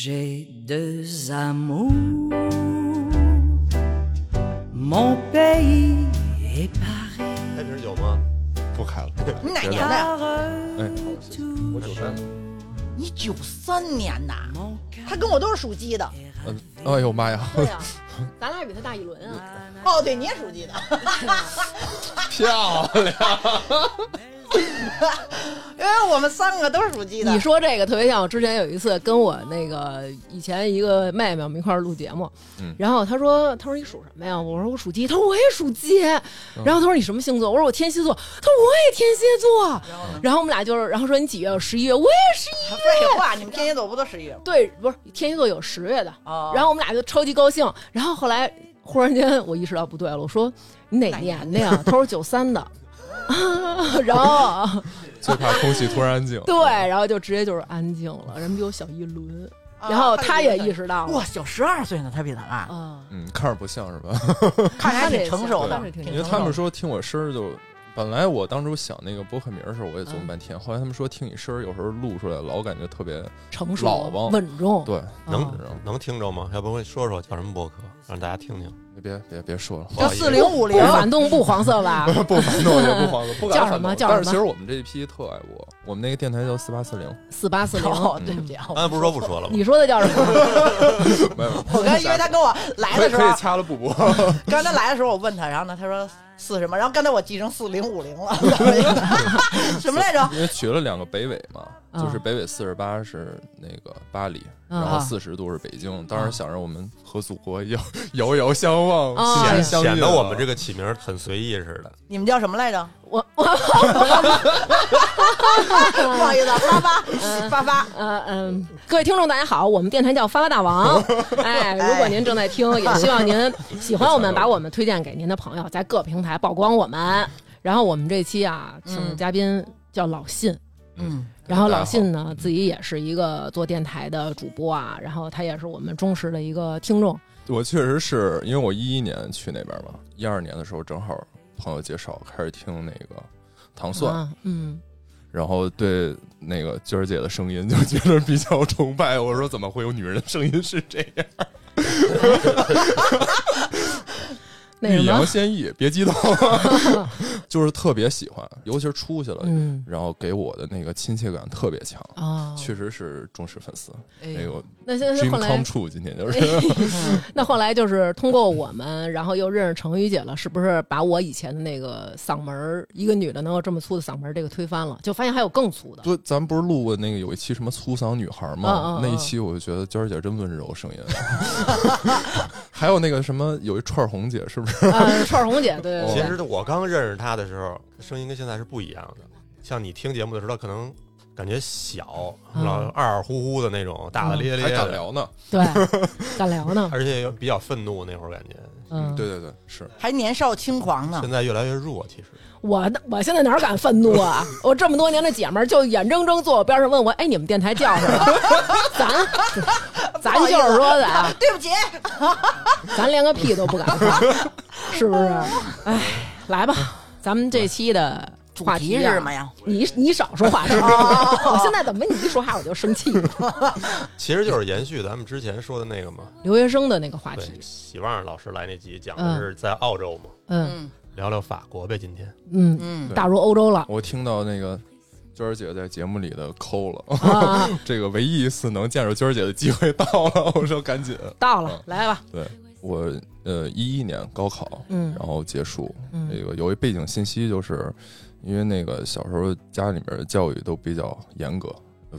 J'ai deux amours, mon pays et Paris. 开瓶酒吗？不开了。你哪别年了的？ Par retour, 我九三，你九三年的， mon 他跟我都是属鸡的。嗯，哎呦妈呀，对呀、啊咱俩比他大一轮啊。哦，对，你也属鸡的。 漂亮！ 因为我们三个都是属鸡的。你说这个特别像我之前有一次跟我那个以前一个妹妹我们一块儿录节目，嗯然后她说她说你属什么呀？我说我属鸡，她说我也属鸡，然后她说你什么星座？我说我天蝎座，她说我也天蝎座，然后我们俩就是然后说你几月？我十一月，我也十一。废话，你们天蝎座不都十一月吗？对，不是天蝎座有十月的，哦然后我们俩就超级高兴。然后后来忽然间我意识到不对了，我说你哪年的呀？她说九三的， 然后 最怕空气突然安静。对，然后就直接就是安静了，人比我小一轮，啊然后他也意识到了哇，小十二岁呢，他比咱俩，啊，嗯，看着不像是吧？看着还他挺这成熟的他这。挺因为他们说听我声儿就，本来我当初想那个播客名儿的时候，我也琢磨半嗯天，后来他们说听你声儿有时候录出来老感觉特别成熟、老吧稳重，对，能、啊能听着吗？要不会说说叫什么播客，让大家听听。你别别别说 了。叫不好意思四零五不零，反动不黄 色吧？不反动也不黄色，不敢 叫什反么动。叫但是什其么实我们这一批特爱国，我们那个电台叫四八四 零，四八四零，哦，对不起啊，刚才不是说不说了吗？你说的叫什么？没有，我刚因啊为他跟我来可的以时可以候，掐了不播。刚才来的时候我问他，然后呢，他说四什么，然后刚才我记成四零五零 了，什么来着？因为学了两个北纬嘛，啊就是北纬四十八是那个巴黎，啊然后四十度是北京。当时想着我们和祖国遥 遥遥相望，啊心哎心相呀印啊。显得我们这个起名很随意似的。你们叫什么来着？我我不好意思啊，发发发发，呃嗯，各位听众大家好，我们电台叫发发大王，哎，如果您正在听，也希望您喜欢我们，把我们推荐给您的朋友，在各平台曝光我们。然后我们这期啊，请的嘉宾叫老信，嗯，然后老信呢，自己也是一个做电台的主播啊，然后他也是我们忠实的一个听众。我确实是因为我一一年去那边嘛，一二年的时候正好朋友介绍开始听那个糖蒜，啊，嗯，然后对那个娟儿姐的声音就觉得比较崇拜。我说怎么会有女人的声音是这样？那欲什扬么，先抑， 别激动， 就是特别喜欢，尤其是出去了，嗯然后给我的那个亲切感特别强。啊，确实是忠实粉丝，哎那个那现在 dream 后 come 来， true，今天 就是，那后来就是通过我们，然后又认识程宇姐了，是不是把我以前的那个嗓门儿，一个女的能有这么粗的嗓门儿，这个推翻了？就发现还有更粗的。不，咱们不是录过那个有一期什么粗嗓女孩嗯吗嗯？那一嗯期我就觉得娟儿姐真温柔 声音，还有那个什么有一串儿红姐是不是？呃，串儿红姐，对哦其 对对，实我刚认识他的时候，声音跟现在是不一样的。像你听节目的时候，他可能感觉小，嗯老二二乎乎的那种，大大咧咧嗯还敢的，聊呢？对，敢聊呢，而且又比较愤怒那会儿感觉。嗯，对对对，是还年少轻狂呢现。在越来越弱，其实我我现在哪敢愤怒啊！我这么多年的姐们儿，就眼睁睁坐我边上问我，哎，你们电台叫什么？ 咱咱就是说的啊，对不起，咱连个屁都不敢放，是不是？哎，来吧，咱们这期的主话题啊是什么？呀？你你少说话是不是？我现在怎么你一说话我就生气了？其实就是延续咱们之前说的那个嘛。 留学生的那个话对题，，喜旺老师来那集讲的是在澳洲嘛，嗯聊聊法国呗。今天嗯，嗯，打入欧洲了我听到那个娟儿姐在节目里的抠了，啊， 这个唯一一次能见着娟儿姐的机会到了， 我说赶紧。到嗯了，来吧，对我呃一一年高考，嗯然后哎结束，嗯这个有一背景信息，就是因为那个小时候家里面的教育都比较严格，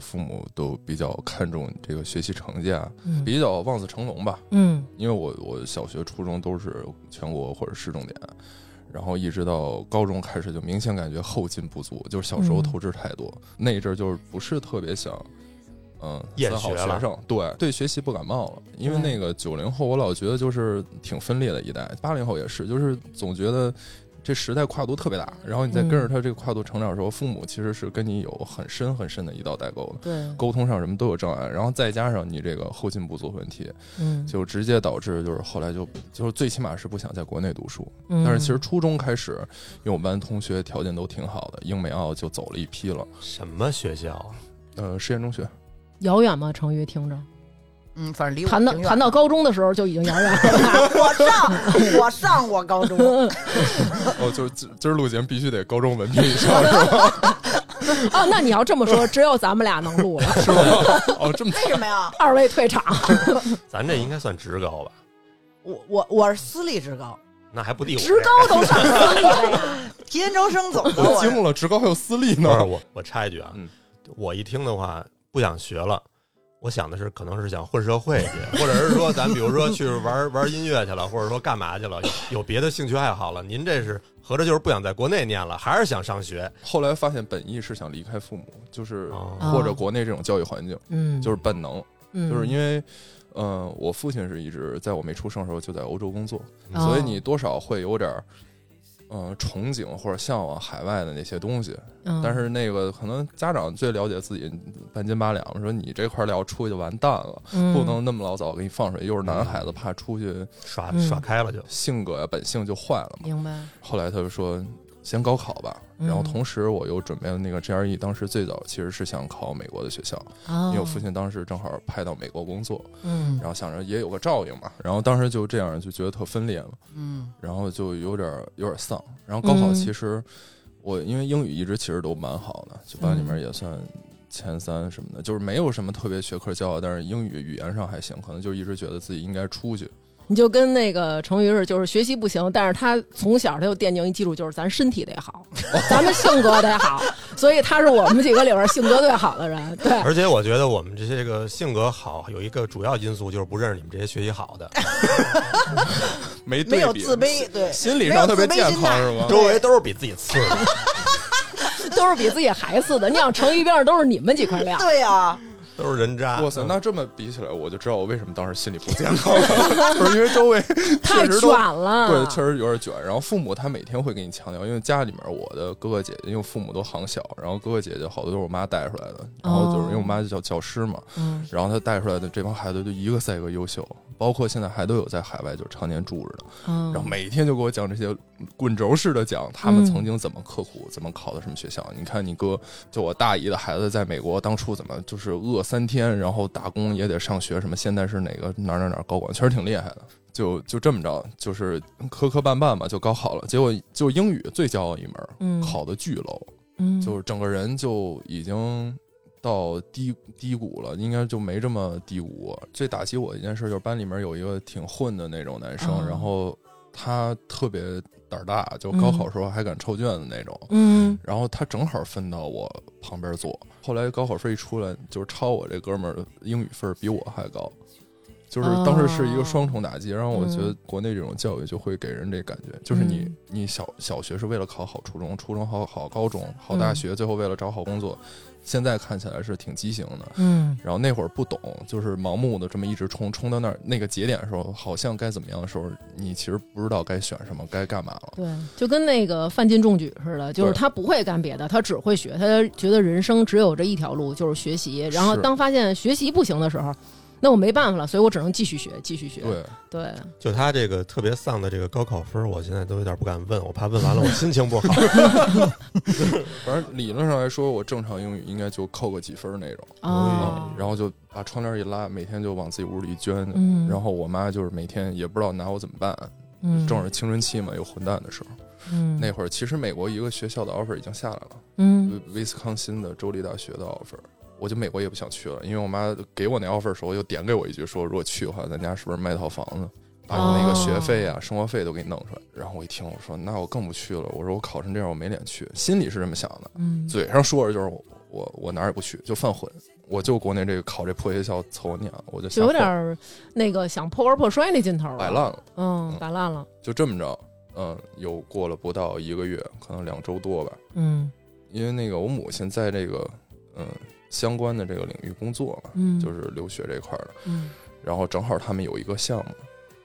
父母都比较看重这个学习成绩啊，嗯比较望子成龙吧。嗯因为我我小学、初中都是全国或者市重点，然后一直到高中开始就明显感觉后劲不足，就是小时候嗯透支太多，那一阵儿就是不是特别想。嗯，厌三好学学了生对对学习不感冒了，因为对那个九零后，我老觉得就是挺分裂的一代，八零后也是，就是总觉得这时代跨度特别大，然后你再跟嗯着他这个跨度成长的时候，父母其实是跟你有很深很深的一道代沟的，对，沟通上什么都有障碍，然后再加上你这个后劲不足问题，嗯，就直接导致就是后来就就是最起码是不想在国内读书，嗯但是其实初中开始，因为我们班同学条件都挺好的，英美澳就走了一批了。什么学校啊？呃，实验中学遥远吗？成宇听着，嗯，反正离我谈到挺远谈到高中的时候就已经遥远了。 我上我上过高 中，哦，就是今今儿录节目必须得高中文凭以上是吧？哦，那你要这么说，只有咱们俩能录了。是吗？哦，这么为什么呀？二位退场，咱这应该算职高吧？我我我是私立职高，那还 不第五职高都上 私立了呀。提研招生总的我我是惊了，职高还有私立呢不。是我，我插一句啊，嗯我一听的话不想学了，我想的是可能是想混社会去， 或者是说咱比如说去玩 玩音乐去了，或者说干嘛去了，有有别的兴趣爱好了。您这是合着就是不想在国内念了，还是想上学？后来发现本意是想离开父母，就是哦或者国内这种教育环境，嗯，就是本能，嗯就是因为，呃，我父亲是一直在我没出生的时候就在欧洲工作，嗯所以哦你多少会有点儿，呃，憧憬或者向往海外的那些东西。嗯，但是那个可能家长最了解自己半斤八两，说你这块料出去就完蛋了，嗯不能那么老早给你放水。又是男孩子，怕出去耍嗯耍开了就。性格呀、本性就坏了嘛。明白。后来他就说。先高考吧，嗯然后同时我又准备了那个 GRE，当时最早其实是想考美国的学校，因哦为我父，亲当时正好派到美国工作，嗯然后想着也有个照应嘛，然后当时就这样就觉得特分裂嘛，嗯然后就有点儿有点儿丧。然后高考嗯其实我因为英语一直其实都蛮好的，就班里嗯面也算前三什么的，就是没有什么特别学科骄傲，但是英语语言上还行，可能就一直觉得自己应该出去。你就跟那个成瑜似的，就是学习不行，但是他从小他就奠定一基础，就是咱身体得好，咱们性格得好，所以他是我们几个里边性格最好的人。对，而且我觉得我们这些个性格好有一个主要因素就是不认识你们这些学习好的，没对没有比自卑，对，心理上特别健康是吗？周围都是比自己次的。都是比自己还次的。你想成瑜边上都是你们几块料，对呀，都是人渣。哇塞，那这么比起来，我就知道我为什么当时心理不健 康了， 不是因为周围 太确实卷都了。对，确实有点卷。然后父母他每天会给你强调，因为家里面我的哥哥姐姐，因为父母都行小，然后哥哥姐姐好多都是我妈带出来的。然后就是因为我妈是教教师嘛，哦嗯然后她带出来的这帮孩子就一个赛一个优秀，包括现在还都有在海外就是常年住着的。嗯，然后每天就给我讲这些滚轴式的讲，他们曾经怎么刻苦，怎么考的什么学校。你看你哥，就我大姨的孩子在美国当初怎么就是饿三天，然后打工也得上学，什么现在是哪个哪儿哪儿哪儿高管，确实挺厉害的。就就这么着，就是磕磕绊绊吧，就高考了。结果就英语最骄傲一门，嗯考的巨 low，嗯就是整个人就已经到低低谷了，应该就没这么低谷过。最打击我的一件事就是班里面有一个挺混的那种男生，哦然后他特别胆儿大，就高考时候还敢抄卷子那种。嗯然后他正好分到我旁边坐，后来高考分一出来，就是超我这哥们儿英语分儿比我还高，就是哦当时是一个双重打击。然后我觉得嗯国内这种教育就会给人这感觉，就是你嗯你小小学是为了考好初中，初中好好高中，好嗯大学，最后为了找好工作，现在看起来是挺畸形的。嗯然后那会儿不懂，就是盲目的这么一直冲，冲到那儿那个节点的时候，好像该怎么样的时候，你其实不知道该选什么，该干嘛了。对，就跟那个范进中举似的，就是对他不会干别的，他只会学，他觉得人生只有这一条路，就是学习。然后是当发现学习不行的时候，那我没办法了，所以我只能继续学，继续学。对，对就他这个特别丧的这个高考分儿，我现在都有点不敢问，我怕问完了我心情 不好。反正理论上来说，我正常英语应该就扣个几分儿那种，哦，然后就把窗帘一拉，每天就往自己屋里捐。嗯然后我妈就是每天也不知道拿我怎么办，嗯正是青春期嘛，有混蛋的时候。嗯那会儿其实美国一个学校的 offer 已经下来了，嗯威威斯康辛的州立大学的 offer，我就美国也不想去了，因为我妈给我那 offer 的时候，又点给我一句说，如果去的话，咱家是不是卖套房子，把哦我那个学费啊、生活费都给你弄出来。然后我一听，我说那我更不去了，我说我考成这样，我没脸去，心里是这么想的。嗯嘴上说着就是我我我哪儿也不去，就犯混，我就国内这个考这破学校凑合了，我就就有点儿那个想破罐破摔那劲头了，摆烂，了，嗯，摆烂了，就这么着，嗯，有过了不到一个月，可能两周多吧，嗯因为那个我母亲在这个嗯相关的这个领域工作嘛，嗯，就是留学这块儿的，嗯然后正好他们有一个项目，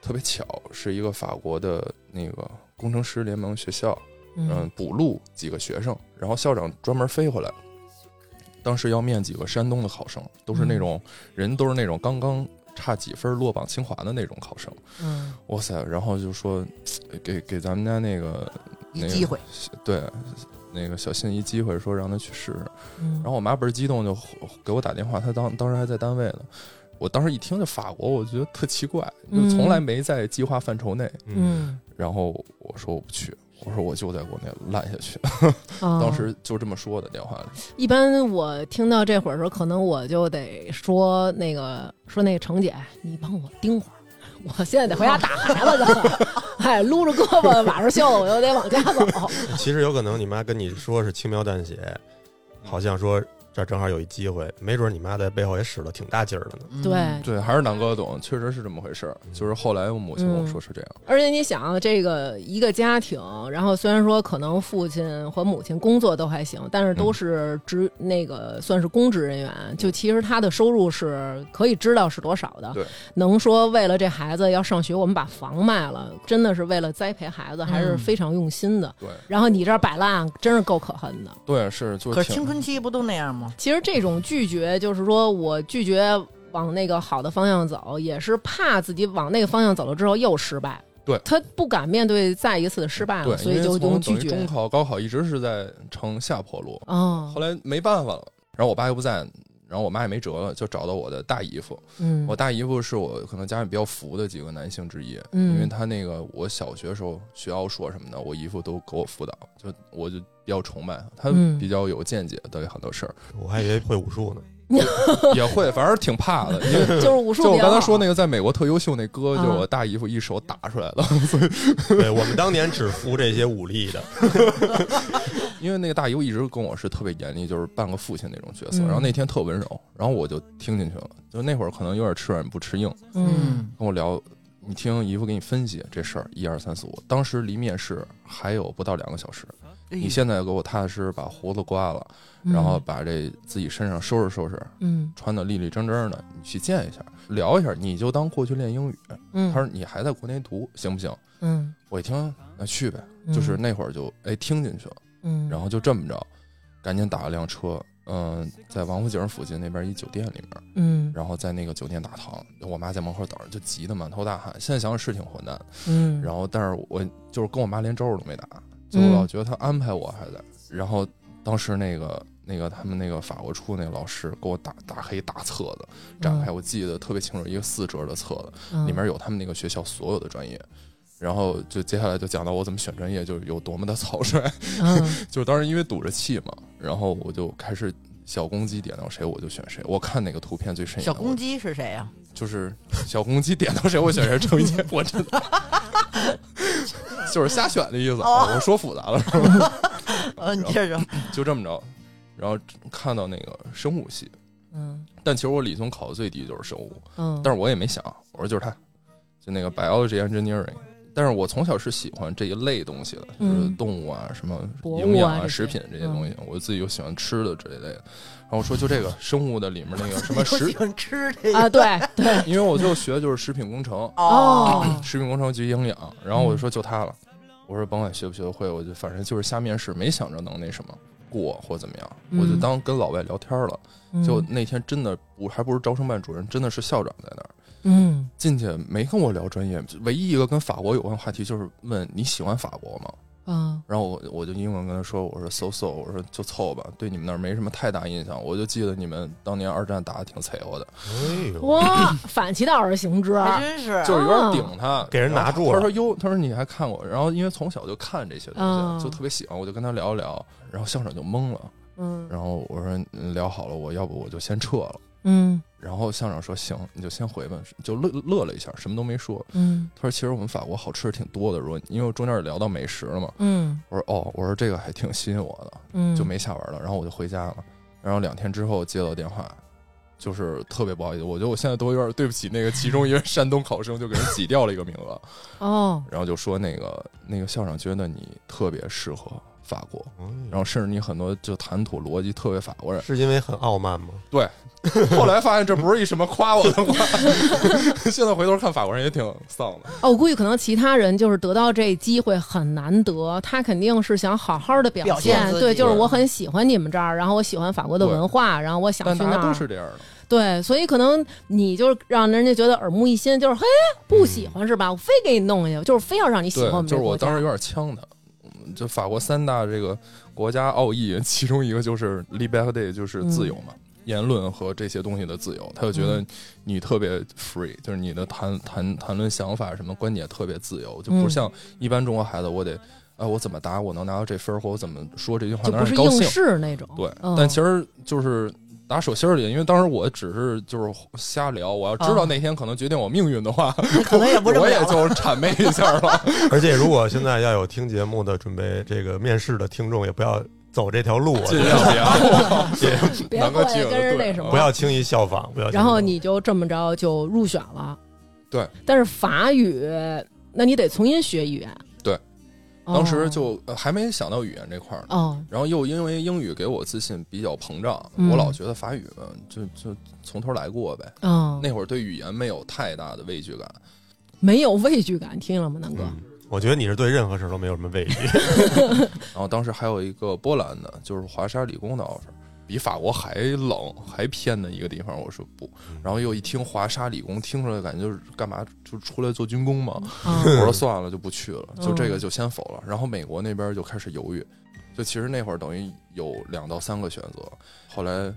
特别巧，是一个法国的那个工程师联盟学校，嗯嗯，补录几个学生，然后校长专门飞回来，当时要面几个山东的考生，都是那种、人都是那种刚刚差几分落榜清华的那种考生，嗯哇塞！然后就说给给咱们家那个 那一个机会，对那个小信一机会，说让他去试试。嗯，然后我妈倍儿激动，就给我打电话，她当当时还在单位呢。我当时一听就法国，我觉得特奇怪，就从来没在计划范畴内。嗯，然后我说我不去，我说我就在国内烂下去。哦当时就这么说的电话里。一般我听到这会儿的时候，可能我就得说那个说那个程姐，你帮我盯会儿。我现在得回家打孩子去了， 哎，撸着胳膊挽着袖子，我又得往家走。其实有可能你妈跟你说是轻描淡写，好像说这正好有一机会，没准你妈在背后也使了挺大劲儿的呢。嗯嗯对，对，还是南哥懂，确实是这么回事儿。嗯就是后来我母亲跟我说是这样，而且你想，啊这个一个家庭，然后虽然说可能父亲和母亲工作都还行，但是都是职、那个算是公职人员，就其实他的收入是可以知道是多少的。对，能说为了这孩子要上学，我们把房卖了，真的是为了栽培孩子，还是非常用心的。对然后你这儿摆烂，真是够可恨的。对是就可是挺啊青春期不都那样吗？其实这种拒绝，就是说我拒绝往那个好的方向走，也是怕自己往那个方向走了之后又失败。对他不敢面对再一次的失败对了，，啊所以因就为从用拒等于绝中。考、高考一直是在呈下坡路，哦后，来没办法了，然后我爸又不在，然后我妈也没辙了，就找到我的大姨夫。嗯，我大姨夫是我可能家里比较服的几个男性之一，嗯因为他那个我小学时候学奥数啊什么的，我姨夫都给我辅导，就我就比较崇拜他，嗯比较有见解对很多事儿，我还以为会武术 呢，也会，反正挺怕的，因为就是武术就比我较好。刚才说那个在美国特优秀那歌，啊就是我大姨夫一手打出来 的，对我们当年只服这些武力的。因为那个大姨夫一直跟我是特别严厉，就是半个父亲那种角色。嗯然后那天特温柔，然后我就听进去了，就那会儿可能有点吃软不吃硬，嗯，跟我聊，你听姨夫给你分析这事儿，一二三四五。当时离面试还有不到两个小时，你现在给我踏踏实实把胡子刮了，哎嗯然后把这自己身上收拾收拾，嗯穿的立立正正的，你去见一下，聊一下，你就当过去练英语。嗯，他说你还在国内读，行不行？嗯我一听，那去呗。嗯就是那会儿就哎听进去了，嗯，然后就这么着，赶紧打了辆车，嗯、在王府井附近那边一酒店里面，嗯然后在那个酒店大堂，我妈在门口等着，就急得满头大汗。现在想想是挺混蛋的，嗯，然后但是我就是跟我妈连招呼都没打，就我老觉得她安排我还在。然后当时那个那个他们那个法国处那个老师给我打打黑大册子展开，我记得特别清楚，一个四折的册子，嗯里面有他们那个学校所有的专业。然后就接下来就讲到我怎么选专业，就是有多么的草率， 嗯就是当时因为堵着气嘛，然后我就开始小公鸡点到谁我就选谁。我看哪个图片最顺眼，小公哎我鸡是谁呀？就是小公鸡点到谁我选谁。成一天我真的 就是瞎选的意思。啊哦我说复杂了， 呃，你接着说，就这么着。然后看到那个生物系，嗯但其实我理综考的最低就是生物，嗯，但是我也没想，我说就是他，就那个 biology engineering。但是我从小是喜欢这一类东西的，就是嗯动物啊、什么博物啊营养这些嗯食品这些东西，我自己又喜欢吃的这一类的。然后我说就 这个生物的里面那个什么我食喜，欢吃这啊，个。对对，因为我最后学的就是食品工程，哦， 嗯食品工程及营养。然后我就说就它了，我说甭管学不学得会，我就反正就是瞎面试，没想着能那什么过或怎么样，我就嗯当跟老外聊天了。嗯 就那天真的不还不是招生办主任，真的是校长在那儿。嗯进去没跟我聊专业，唯一一个跟法国有关的话题就是问你喜欢法国吗？啊然后我我就英文跟他说，我说 so so，我说就凑吧，对你们那儿没什么太大印象。我就记得你们当年二战打的挺脆弱的，哎呦，哇，反其道而行之，啊还真啊是。就是有点顶他，给人拿住了然后他说哟，他说你还看过，然后因为从小就看这些东嗯西，就特别喜欢，我就跟他聊一聊，然后校长就懵了，嗯然后我说嗯聊好了，我要不我就先撤了。嗯然后校长说：“行，你就先回吧。”就乐乐了一下，什么都没说。嗯他说：“其实我们法国好吃的挺多的。”如果因为我中间也聊到美食了嘛，嗯我说：“哦，我说这个还挺吸引我的，嗯，就没下文了。”然后我就回家了。然后两天之后接到电话，就是特别不好意思，我觉得我现在都有点对不起那个其中一位山东考生，就给人挤掉了一个名额。哦，然后就说那个那个校长觉得你特别适合法国，然后甚至你很多就谈吐逻辑特别法国人。是因为很傲慢吗？后来发现这不是一什么夸我的话， 现在回头看法国人也挺丧的。哦，我估计可能其他人就是得到这机会很难得，他肯定是想好好的表表现自己嗯对，就是我很喜欢你们这儿，然后我喜欢法国的文化，然后我想但去大家那都儿，是这样的，对，所以可能你就是让人家觉得耳目一新，就是嘿不喜欢是吧？我非给你弄下去，就是非要让你喜对欢，们就是这我国家当时有点呛他。嗯嗯就法国三大这个国家奥义，其中一个就是 Liberté，就是自由嘛。言论和这些东西的自由，他就觉得你特别 free，、就是你的谈谈谈论想法什么观点特别自由，就不嗯是像一般中国孩子，我得哎我怎么答我能拿到这分儿，或我怎么说这句话就能让不是你高应兴。试那种。对，嗯但其实就是打手心儿里，因为当时我只是就是瞎聊，我要知嗯道那天可能决定我命运的话，可能也不 这我么也聊了就谄媚一下了。而且如果现在要有听节目的准备这个面试的听众，也不要走这条路， 我觉尽得量别啊，也 别南过哥来记得跟人对那什么不要轻易效仿，不要轻易效仿。然后你就这么着就入选了。对，但是法语，那你得重新学语言。对哦，当时就呃还没想到语言这块儿呢。哦，然后又因为英语给我自信比较膨胀，嗯我老觉得法语嘛，就就从头来过呗。哦，那会儿对语言没有太大的畏惧感，没有畏惧感，听见了吗，南哥？嗯我觉得你是对任何事儿都没有什么畏惧。然后当时还有一个波兰的，就是华沙理工的 offer，比法国还冷还偏的一个地方，我说不。然后又一听华沙理工，听出来感觉就是干嘛就出来做军工嘛，啊、嗯我说算了就不去了，就这嗯个就先否了。然后美国那边就开始犹豫，就其实那会儿等于有两到三个选择，后来。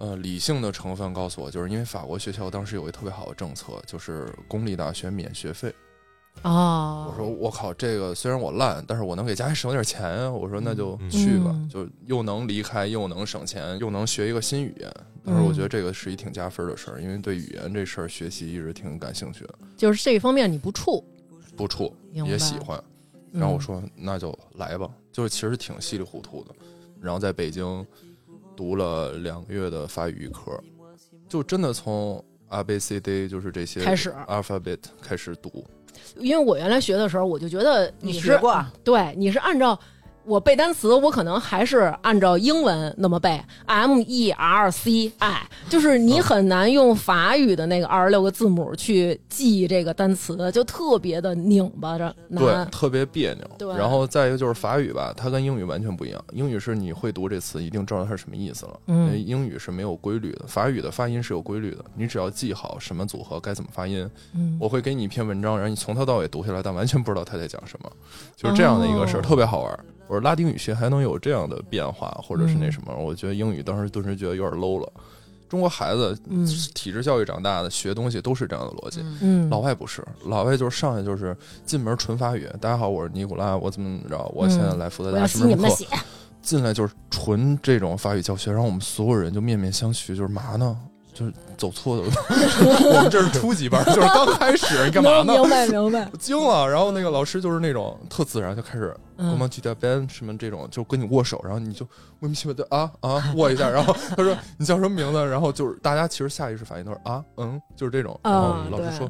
呃，理性的成分告诉我，就是因为法国学校当时有一特别好的政策，就是公立大学免学费。 哦，我说我靠，这个虽然我烂，但是我能给家里省点钱啊。我说那就嗯去吧，嗯就又能离开，又能省钱，又能学一个新语言。当时我嗯觉得这个是一挺加分的事儿，因为对语言这事儿学习一直挺感兴趣的，就是这方面你不怵，不怵明白也喜欢。嗯然后我说那就来吧，就是其实挺稀里糊涂的。然后在北京读了两个月的法语课，就真的从 A B C D 就是这些开始 alphabet 开始读。因为我原来学的时候，我就觉得你是嗯学过啊？对，你是按照我背单词，我可能还是按照英文那么背，M E R C I，就是嗯你很难用法语的那个二十六个字母去记这个单词，就特别的拧巴着对，难。特别别扭。对然后再一个就是法语吧，它跟英语完全不一样。英语是你会读这词，一定知道它是什么意思了。嗯因为英语是没有规律的，法语的发音是有规律的。你只要记好什么组合该怎么发音，嗯，我会给你一篇文章，让你从头到尾读下来，但完全不知道他在讲什么，就是这样的一个事儿，哦特别好玩儿。我说拉丁语学还能有这样的变化，或者是那嗯什么，我觉得英语当时顿时觉得有点 low 了。中国孩子嗯体制教育长大的，学东西都是这样的逻辑。嗯，老外不是，老外就是上来就是进门纯法语。大家好，我是尼古拉，我怎么怎么着，我现在来福嗯我德要大吸什你么们的课，血。进来就是纯这种法语教学，然后我们所有人就面面相觑，就是嘛 呢？就是走错的， 我们这是初级班，就是刚开始， 你干嘛呢能？明白明白。惊了，然后那个老师就是那种特自然，就开始嗯帮忙举大班什么这种，就跟你握手，然后你就莫名其妙的啊啊握一下，然后他说你叫什么名字，然后就是大家其实下意识反应都是啊嗯，就是这种，啊然后老师说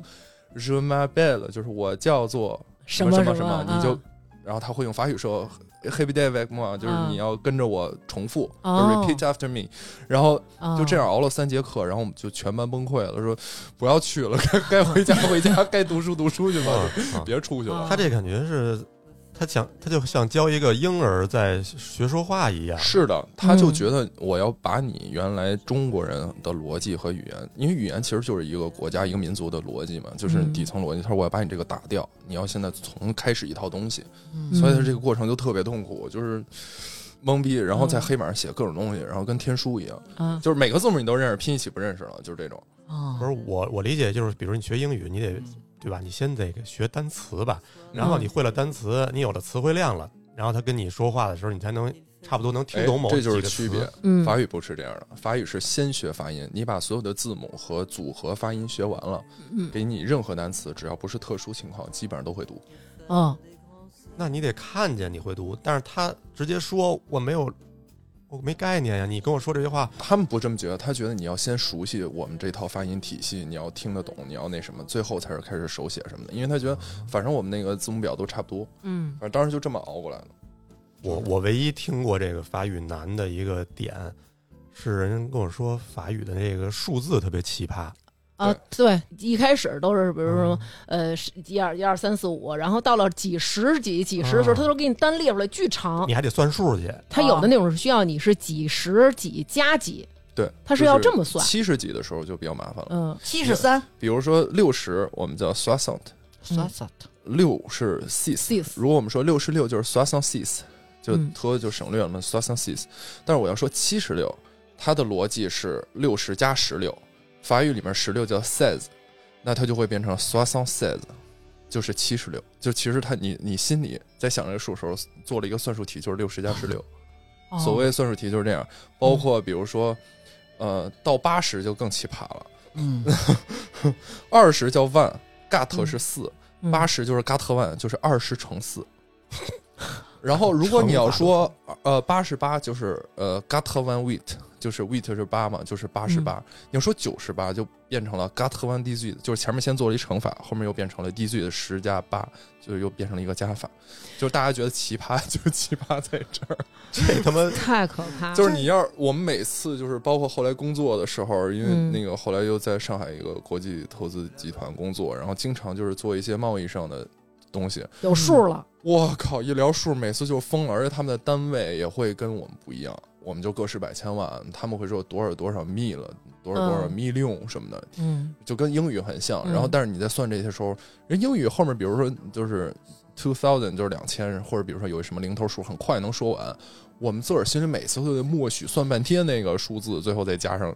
对 Je m'appelle，就是我叫做什么么么什么，你就啊，然后他会用法语说 Happy day with moi，就是啊你要跟着我重复就哦，repeat after me，然后啊就这样熬了三节课，然后我们就全班崩溃了，说不要去了，该该回家回家，该读书读书去吧，嗯别出哦去了。他这感觉是，他想他就像教一个婴儿在学说话一样。是的，他就觉嗯得我要把你原来中国人的逻辑和语言，因为语言其实就是一个国家、一个民族的逻辑嘛，就是嗯底层逻辑。他说我要把你这个打掉，你要现在从开始一套东西，嗯所以他这个过程就特别痛苦，就是懵逼，然后在黑板上写各种东西，然后跟天书一样，嗯啊就是每个字母你都认识，拼一起不认识了，就是这种。不是我我理解就是，比如你学英语，你得对吧？你先得学单词吧，然后你会了单词，你有了词汇量了，然后他跟你说话的时候，你才能差不多能听懂哎某这几就是个区词。别。嗯法语不是这样的，法语是先学发音，你把所有的字母和组合发音学完了，嗯给你任何单词，只要不是特殊情况，基本上都会读。哦那你得看见你会读，但是他直接说我没有，我没概念呀、你跟我说这句话，他们不这么觉得，他觉得你要先熟悉我们这套发音体系，你要听得懂，你要那什么，最后才是开始手写什么的。因为他觉得，嗯反正我们那个字母表都差不多，嗯反正当时就这么熬过来的。我我唯一听过这个法语难的一个点，是人跟我说法语的这个数字特别奇葩。啊，对，一开始都是比如说嗯呃十一二一二三四五，然后到了几十几几十的嗯时候，哦他都给你单列出来巨长，你还得算数去，它有的那种是需要你是几十几加几，对，他是要这么算七十几的时候就比较麻烦了。嗯七十三，比如说六十，我们叫 soixante，嗯六是 six。 ，six，如果我们说六十六就是 soixante six，就嗯脱就省略了嘛 soixante six。但是我要说七十六，它的逻辑是六十加十六，法语里面十六叫 says，那它就会变成 soixante says，就是七十六。就其实它你你心里在想这个数的时候，做了一个算术题，就是六十加十六。哦嗯所谓算术题就是这样，包括比如说，呃，到八十就更奇葩了，嗯， 二十叫万，got 是四、嗯八十就是 got 万，就是二十乘 四。然后如果你要说，呃，八十八就是呃 got one wheat，就是 wheat 是八嘛，就是八十八。你要说九十八就变成了 got one dz，就是前面先做了一乘法，后面又变成了 dz 的十加八，就是又变成了一个加法。就是大家觉得奇葩， 就奇葩在这儿。这他妈太可怕 了，就是你要我们每次就是包括后来工作的时候，因为嗯那个后来又在上海一个国际投资集团工作，然后经常就是做一些贸易上的东西。有数了，我靠，一聊数每次就疯了，而且他们的单位也会跟我们不一样，我们就个十百千万，他们会说多少多少米了，多少多少嗯米六什么的，嗯就跟英语很像。嗯然后但是你在算这些时候，人英语后面比如说就是 two thousand 就是两千，或者比如说有什么零头数，很快能说完。我们自个儿心里每次都得默许算半天那个数字，最后再加上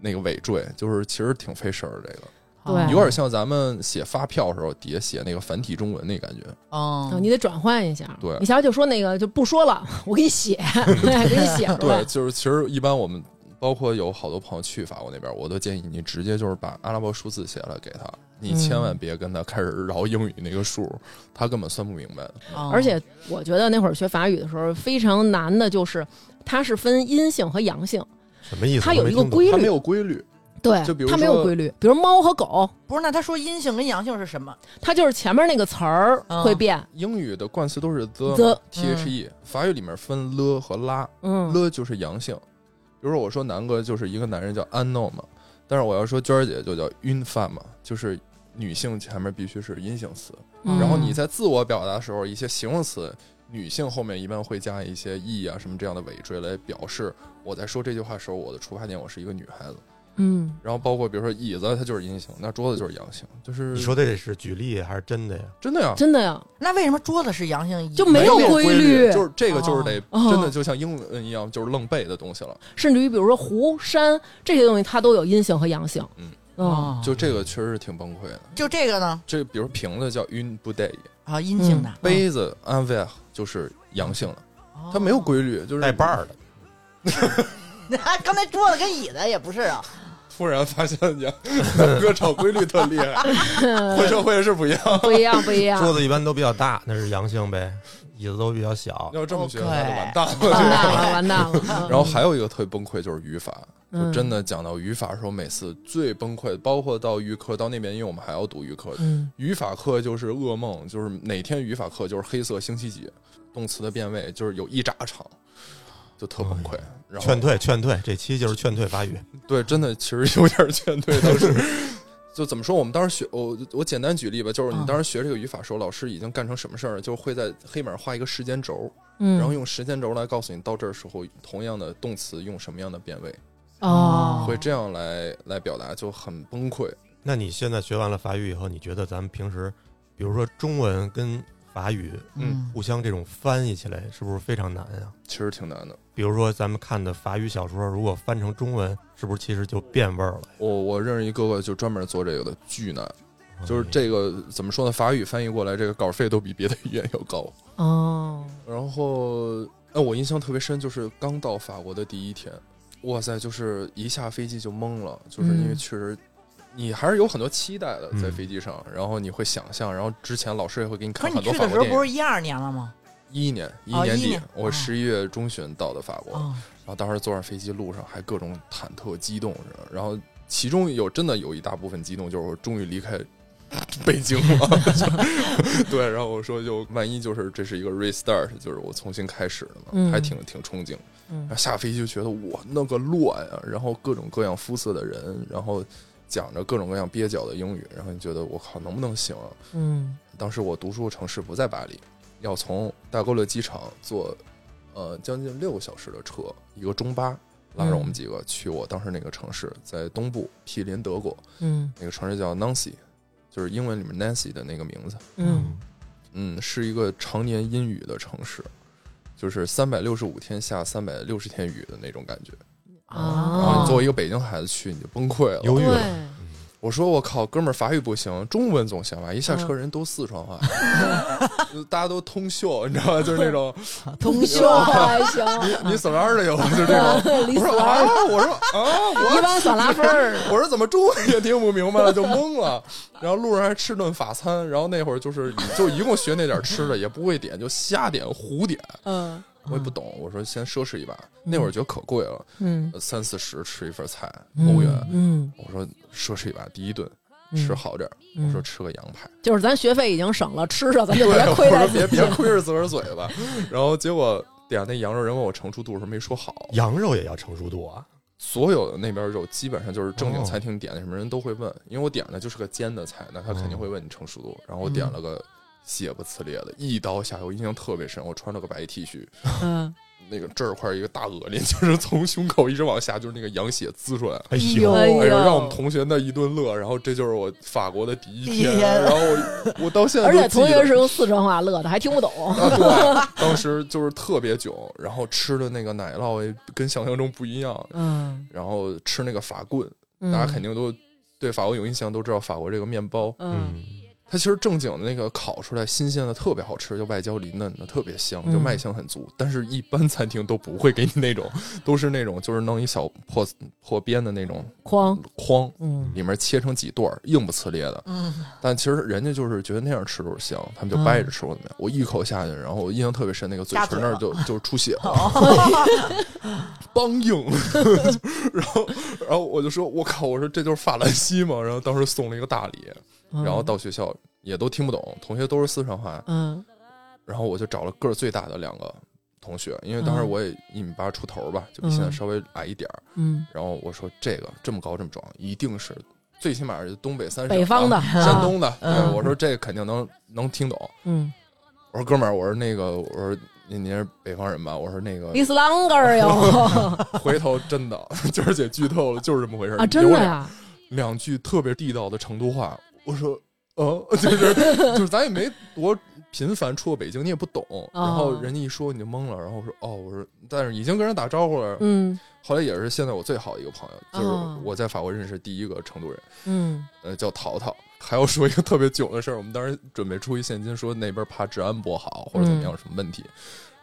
那个尾缀，就是其实挺费事儿。这个嗯对有点像咱们写发票的时候底下写那个繁体中文那感觉。哦哦，你得转换一下。对你小姐就说那个就不说了，我给你写， 给你写出对，来。就是其实一般我们包括有好多朋友去法国那边，我都建议你直接就是把阿拉伯数字写了给他，你嗯千万别跟他开始绕英语那个数，他根本算不明白。而且我觉得那会儿学法语的时候非常难的就是，它是分阴性和阳性，什么意思？它有一个我没听懂规他没律，有规律，对就比，如它没有说规律。比如猫和狗，不是，那他说阴性跟阳性是什么？它就是前面那个词儿嗯会变，英语的冠词都是 the The， t h e，法语里面分了和拉嗯，了就是阳性，比如说我说南哥就是一个男人叫 unknown 嘛，但是我要说娟儿姐就叫 infan 嘛，就是女性前面必须是阴性词。嗯然后你在自我表达的时候，一些形容词，女性后面一般会加一些 e 啊什么这样的尾缀来表示我在说这句话的时候，我的出发点我是一个女孩子。嗯，然后包括比如说椅子，它就是阴性，那桌子就是阳性，就是你说的这是举例还是真的呀？嗯真的呀？真的呀，那为什么桌子是阳性？就没没有规规就是这个就是得哦真的就像英文一样，就是愣背的东西了。甚至于比如说湖山这些东西，它都有阴性和阳性。嗯嗯，就这个确实是挺崩溃的。就这个呢？这比如瓶子叫 un b u d a y 啊，阴性的，杯子 un v e r 就是阳性了，它没有规律，就是带把儿的，嗯律。 刚才桌子跟椅子也不是啊，突然发现 你哥找规律特厉 害，混社会是不一样。不一样，不一样。桌子一般都比较大，那是阳性呗。椅子都比较小， 要这么学， OK 那就完蛋 了。完蛋了，完蛋了。 然后还有一个特别崩溃就是语法，嗯就真的讲到语法的时候，每次最崩溃，包括到预科到那边，因为我们还要读预科，嗯，语法课就是噩梦，就是哪天语法课就是黑色星期几，动词的变位就是有一扎场，就特崩嗯溃。然后劝退，劝退，这期就是劝退法语。对，真的其实有点劝退，当时就怎么说？我们当时学，我我简单举例吧，就是嗯你当时学这个语法时候，老师已经干成什么事儿了？就会在黑板上画一个时间轴，嗯，然后用时间轴来告诉你到这儿时候同样的动词用什么样的变位，哦，会这样来来表达，就很崩溃。那你现在学完了法语以后，你觉得咱们平时，比如说中文跟法语嗯，互相这种翻译起来，是不是非常难呀、其实挺难的。比如说咱们看的法语小说，如果翻成中文，是不是其实就变味儿了？我我认识一哥哥就专门做这个的，巨难。哎就是嗯，这个怎么说呢？法语翻译过来，这个稿费都比别的语言要高。哦，然后，哎，我印象特别深，就是刚到法国的第一天，哇塞，就是一下飞机就懵了，就是因为嗯确实。你还是有很多期待的，在嗯飞机上，然后你会想象，然后之前老师也会给你可看是你很多去法的时国候电不影。是一二年了 吗？一一年，一哦年一底年，我哦十一月中旬到的法国，哦，，然后当时坐上飞机路上还各种忐忑激动，然后其中有真的有一大部分激动就是我终于离开北京了，对，然后我说就万一就是这是一个 restart，就是我重新开始的嘛，嗯还挺挺憧憬。嗯然后下飞机就觉得我那个乱啊，然后各种各样肤色的人，然后讲着各种各样蹩脚的英语，然后你觉得我靠能不能行啊？嗯，当时我读书的城市不在巴黎，要从戴高乐机场坐，呃，将近六个小时的车，一个中巴拉着我们几个去我当时那个城市，在东部毗邻德国，嗯，那个城市叫 Nancy，就是英文里面 Nancy 的那个名字。嗯，嗯，是一个常年阴雨的城市，就是三百六十五天下三百六十天雨的那种感觉。然后啊你作为一个北京孩子去，你就崩溃了。忧郁对了，我说我靠，哥们儿法语不行，中文总行吧？一下车人都四川话， 就大家都通秀，你知道吧？就是那种同修还行， 你怎么样的哟，就这种。李我死说了，啊，我说啊，一般算拉分儿。 我我说怎么中文也听不明白了，就懵了。然后路上还吃顿法餐，然后那会儿就是就一共学那点吃的，也不会点，就瞎点胡点，嗯我也不懂。我说先奢侈一把，那会儿觉得可贵了，嗯，三四十吃一份菜，嗯欧元。嗯，我说奢侈一把，第一顿吃好点儿，嗯我说吃个羊排。就是咱学费已经省了，吃上咱就别对，啊亏我待说自别己。别亏着自个儿嘴巴。然后结果点那羊肉，人问我成熟度的时候没说好，羊肉也要成熟度啊，所有的那边肉基本上就是正经餐厅点的什么人都会问，因为我点的就是个煎的菜，那他肯定会问你成熟度。然后我点了个血不呲裂的，一刀下去，我印象特别深。我穿了个白 T 恤，嗯，那个这儿块儿一个大恶心， 就是从胸口一直往下，就是那个羊血滋出来。哎呦呦，哎呦哎呦，让我们同学那一顿乐，然后这就是我法国的第一第一天然后我我到现在而都且记同得学是用四川话乐的，还听不懂。啊，对，当时就是特别囧，然后吃的那个奶酪也跟想象中不一样，嗯，然后吃那个法棍，大家肯定都对法国有印象，都知道法国这个面包，嗯嗯，它其实正经的那个烤出来新鲜的特别好吃，就外焦里嫩的特别香，就嗯麦香很足，但是一般餐厅都不会给你那种，都是那种就是弄一小破破边的那种筐，筐。嗯里面切成几段儿，硬不呲裂的。嗯，但其实人家就是觉得那样吃都是香，他们就掰着吃或怎么嗯样。我一口下去，然后我印象特别深，那个嘴唇那儿就就出血哦了，梆 硬。然后然后我就说，我靠，我说这就是法兰西嘛。然后当时送了一个大礼，然后到学校也都听不懂，同学都是四川话，嗯然后我就找了个儿最大的两个。同学，因为当时嗯我也一米八出头吧，就比现在嗯稍微矮一点儿。嗯，然后我说这个这么高这么壮，一定是最起码是东北三省北方的啊山东呃的。对嗯我说这个肯定能能听懂。嗯，我说哥们儿，我说那个，我说您您是北方人吧？我说那个伊斯兰 格儿哟回头真的， 就而且剧透了，就是这么回事儿啊，真有的两呀，两句特别地道的成都话，我说。呃， 就是就是，咱也没多频繁出过北京，你也不懂。哦然后人家一说你就懵了，然后我说哦，我说，但是已经跟人打招呼了。嗯后来也是现在我最好的一个朋友，就是哦我在法国认识第一个成都人。嗯呃，叫淘淘。还要说一个特别囧的事儿，我们当时准备出一现金，说那边怕治安不好或者怎么样嗯有什么问题，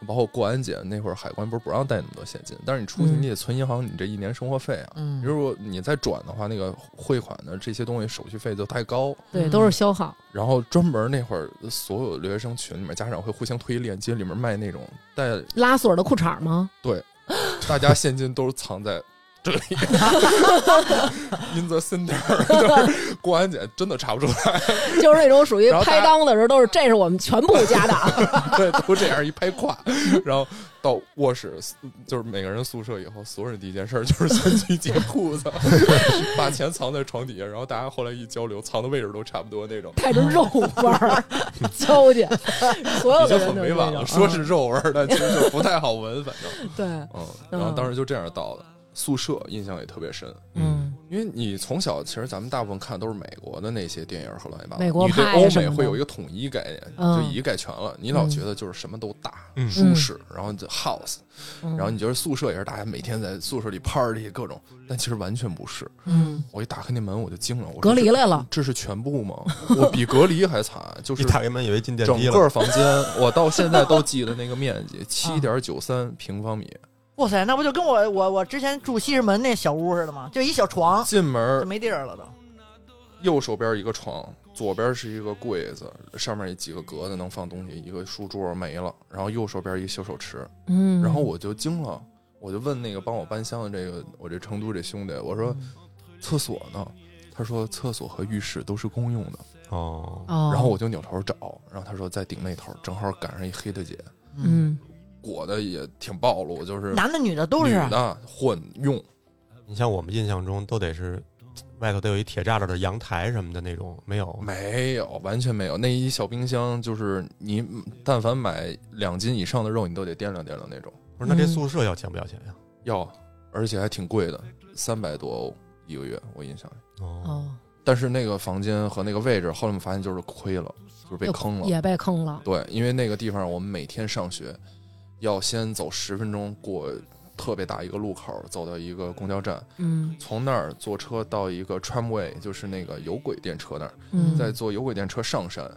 包括过安检那会儿海关不是不让带那么多现金，但是你出去嗯你得存银行你这一年生活费啊，嗯如果你再转的话，那个汇款的这些东西手续费就太高。对，都是消耗，然后专门那会儿所有留学生群里面家长会互相推链接，里面卖那种带拉锁的裤衩吗？ 大家现金都藏在这里 ，in the center，就是过安检真的查不出来。就是那种属于然后大拍家裆的时候，都是这是我们全部家 的。对，都这样一拍胯，然后到卧室，就是每个人宿舍以后，所有人第一件事儿就是先去解裤子， 把钱藏在床底下，然后大家后来一交流，藏的位置都差不多那种。带着肉味儿， 交 去，所有已经的人很都委是婉这了，种嗯说是肉味儿，但其实就不太好闻，反正，对，嗯，然后当时就这样到的宿舍，印象也特别深，嗯因为你从小其实咱们大部分看的都是美国的那些电影和乱七八糟，美国你对派欧什美么会的有一个统一概念，嗯就以一概全了。你老觉得就是什么都大、嗯舒适，然后就 house，、然后嗯你觉得宿舍也是大家每天在宿舍里 party 各种，但其实完全不是。嗯，我一打开那门我就惊了，我说隔离这来了，这是全部吗？我比隔离还惨，就 是一打开门以为进电整梯了个，房间，我到现在都记得那个面积，七点九三平方米。哇塞，那不就跟我我我之前住西直门那小屋似的吗？就一小床，进门就没地儿了都。右手边一个床，左边是一个柜子，上面有几个格子能放东西，一个书桌没了，然后右手边一小手池，嗯，然后我就惊了，我就问那个帮我搬箱的这个我这成都这兄弟，我说厕所呢？他说厕所和浴室都是公用的，哦，哦，然后我就扭头找，然后他说在顶那头，正好赶上一黑大姐，嗯，裹的也挺暴露，就是男的女的都女是，的混用，你像我们印象中都得是外头得有一铁栅栏的阳台什么的那种，没有，没有，完全没有。那一小冰箱就是你，但凡买两斤以上的肉，你都得掂量掂量那种。不是那这嗯宿舍要钱不要钱呀？要，而且还挺贵的，三百多欧一个月，我印象里。哦，哦，但是那个房间和那个位置，后来我们发现就是亏了，就是被又坑了。也被坑了，对，因为那个地方我们每天上学，要先走十分钟过特别大一个路口，走到一个公交站，嗯从那儿坐车到一个 tramway，就是那个有轨电车那儿，嗯，再坐有轨电车上山。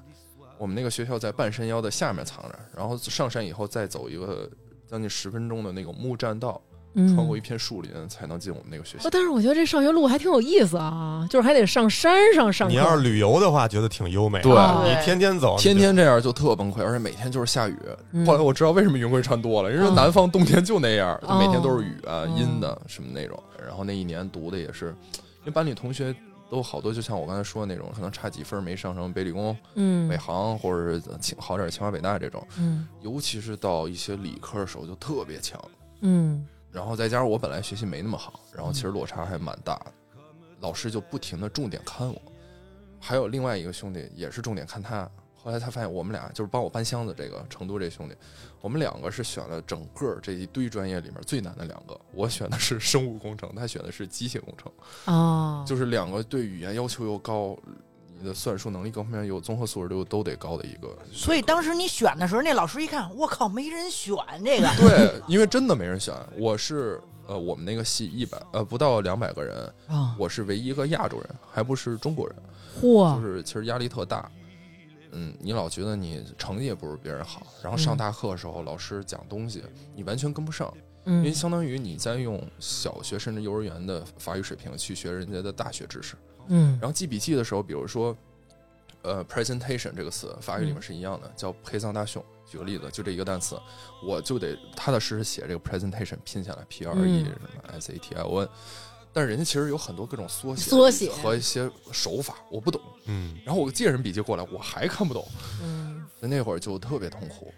我们那个学校在半山腰的下面藏着，然后上山以后再走一个将近十分钟的那个木栈道，嗯穿过一片树林才能进我们那个学校哦。但是我觉得这上学路还挺有意思啊，就是还得上山上上课。你要是旅游的话，觉得挺优美的。对哦你天天走，天天这样就特崩溃，而且每天就是下雨。嗯后来我知道为什么云贵川多了，因为嗯南方冬天就那样，哦就每天都是雨啊、嗯阴的什么那种。然后那一年读的也是，因为班里同学都好多，就像我刚才说的那种，可能差几分没上成北理工、嗯哎北航，或者是呃清好点儿清华北大这种。嗯尤其是到一些理科的时候就特别强。嗯然后再加上我本来学习没那么好，然后其实落差还蛮大的，老师就不停的重点看我。还有另外一个兄弟也是重点看他，后来他发现我们俩就是帮我搬箱子这个成都这兄弟，我们两个是选了整个这一堆专业里面最难的两个，我选的是生物工程，他选的是机械工程，哦，就是两个对语言要求又高，你的算术能力各方面有综合素质都都得高的一个。所以当时你选的时候，那老师一看，我靠，没人选 这 个，对，因为真的没人选，我是呃我们那个系一百呃不到两百个人，啊我是唯一一个亚洲人，还不是中国人，就嚯，是其实压力特大。嗯，你老觉得你成绩也不如别人好，然后上嗯大课的时候，老师讲东西你完全跟不上，因嗯为相当于你在用小学甚至幼儿园的法语水平去学人家的大学知识。嗯然后记笔记的时候，比如说，呃，presentation 这个词，法嗯语里面是一样的，叫陪葬大熊。举个例子，就这一个单词，我就得踏踏实实写这个 presentation 拼下来，P R E 嗯什么 S A T I O N。但是人家其实有很多各种缩写、缩写和一些手法，我不懂。嗯，然后我借人笔记过来，我还看不懂。嗯所以那会儿就特别痛苦。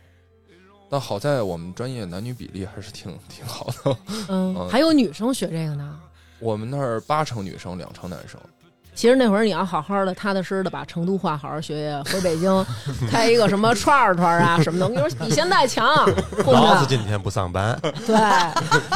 但好在我们专业男女比例还是挺挺好的， 嗯，还有女生学这个呢。我们那儿八成女生，两成男生。其实那会儿你要好好的、踏踏实实的把成都话好好学学，回北京 开一个什么串儿串 儿啊什么的，我跟你说比现在强，混老子的今天不上班，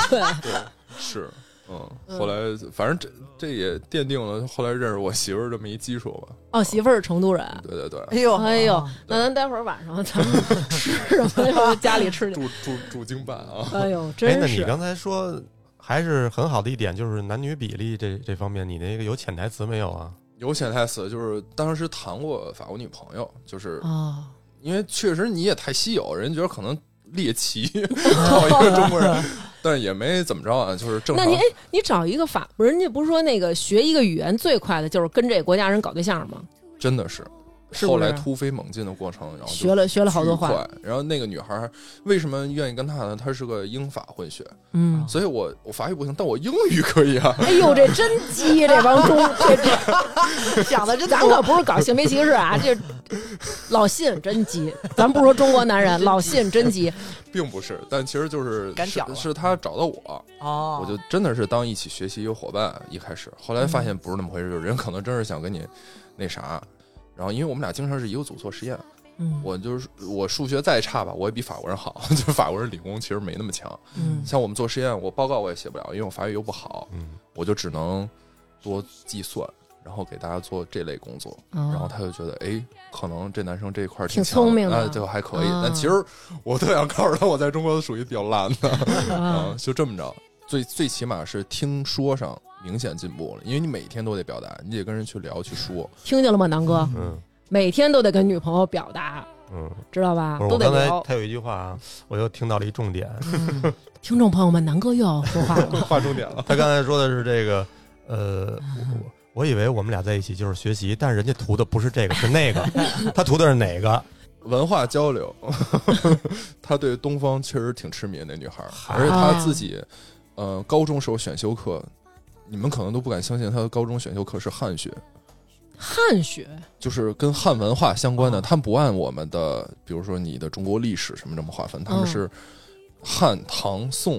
对对，是，嗯，后来反正这这也奠定了后来认识我媳妇儿这么一基础吧。哦，媳妇儿是成都人，对对对，哎呦，哦哎呦，那咱待会儿晚上咱们吃什 么呀？家里吃去。住住住京办啊，哎呦，哎，那 真你是刚才说还是很好的一点，就是男女比例这这方面，你那个有潜台词没有啊？有潜台词就是当时谈过法国女朋友，就是哦，因为确实你也太稀有，人觉得可能猎 奇找一个中国人，但是也没怎么着啊，就是正那常你哎，你找一个法，不是人家不是说那个学一个语言最快的就是跟这国家人搞对象吗？真的是。是不后是来突飞猛进的过程，然后就学了学了好多巨话，快。然后那个女孩儿为什么愿意跟他呢？她是个英法混血，嗯，所以我我法语不行，但我英语可以啊。哎呦，这真鸡，这帮中这这 想的真咱多可不是搞性别歧视啊，这老信真急，咱不说中国男人，老信真 急，并不是，但其实就是赶是巧了是他找到我，哦，我就真的是当一起学习一个伙伴。一开始，后来发嗯现不是那么回事，就是人可能真是想跟你那啥。然后，因为我们俩经常是一个组做实验，嗯我就是我数学再差吧，我也比法国人好， 就是法国人理工其实没那么强。嗯像我们做实验，我报告我也写不了，因为我法语又不好，嗯，我就只能多计算，然后给大家做这类工作。然后哦他就觉得，哎，可能这男生这一块儿强挺的聪明的哎，就还可以。啊但其实我特想告诉他，我在中国属于比较烂的，啊，啊就这么着。最最起码是听说上明显进步了，因为你每天都得表达，你得跟人去聊去说。听见了吗，南哥？嗯每天都得跟女朋友表达，嗯，知道吧不？是啊都我得刚才聊。他有一句话啊，我又听到了一重点，听众朋友们，南哥又要说 话了， 划重点了，他刚才说的是这个，呃，我我我以为我们俩在一起就是学习，但是人家图的不是这个，是那 个，他图的是哪个？文化交流。 他对东方确实挺痴迷的那女孩儿，嗨而且她自己，呃，高中时候选修课，你们可能都不敢相信，她的高中选修课是汉学。汉学就是跟汉文化相关的，他们不按我们的，比如说你的中国历史什么这么划分，他们是汉、唐、宋，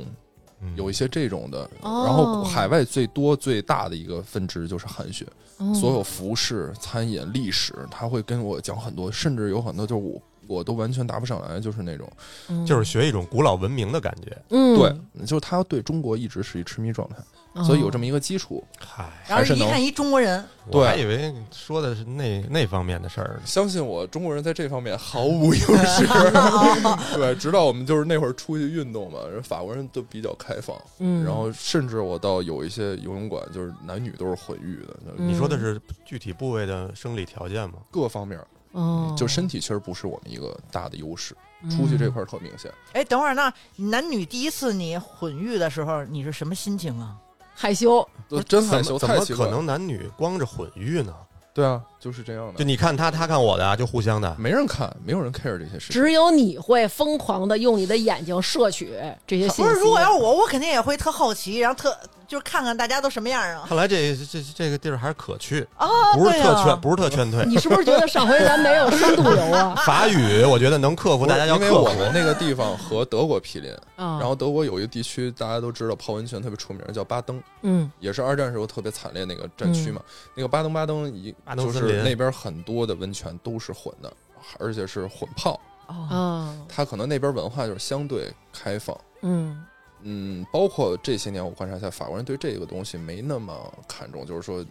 嗯有一些这种的。哦然后海外最多最大的一个分支就是汉学，哦所有服饰、餐饮、历史，他会跟我讲很多，甚至有很多就是我我都完全答不上来，就是那种。嗯就是学一种古老文明的感觉。嗯，对，就是他对中国一直是一痴迷状态，嗯，所以有这么一个基础。嗨，然后还是一能看一中国人，我对还以为说的是那那方面的事儿呢。相信我，中国人在这方面毫无优 势。哦 对，直到我们就是那会儿出去运动嘛，人法国人都比较开放，嗯，然后甚至我到有一些游泳馆，就是男女都是混浴的，就嗯你说的是具体部位的生理条件吗？各方面儿，哦，嗯就身体确实不是我们一个大的优势，出去这块儿特明显。哎，等会儿那男女第一次你混浴的时候，你是什么心情啊？嗯害羞，就真害怎羞，么怎太么奇怪可了。能男女光着混浴呢？对啊，就是这样就的，你看他，他看我的啊，就互相的。没人看，没有人 care 这些事情。只有你会疯狂的用你的眼睛摄取这些信不息。是，如果要是我，我肯定也会特好奇，然后特就是看看大家都什么样啊。看来这这这个地儿还是可去，啊，不是对特啊劝，不是特劝 退。 你是不是觉得上回咱没有深度 游啊？法语我觉得能克服，大家要因为克我服。们那个地方和德国毗 邻，啊，然后德国有一个地区大家都知道泡温泉特别出名，叫巴登。嗯也是二战时候特别惨烈那个战区嘛。那个巴登巴登一巴登就森林是那边很多的温泉都是混的，而且是混泡。哦啊它可能那边文化就是相对开放。嗯嗯，包括这些年我观察下，法国人对这个东西没那么看重，就是说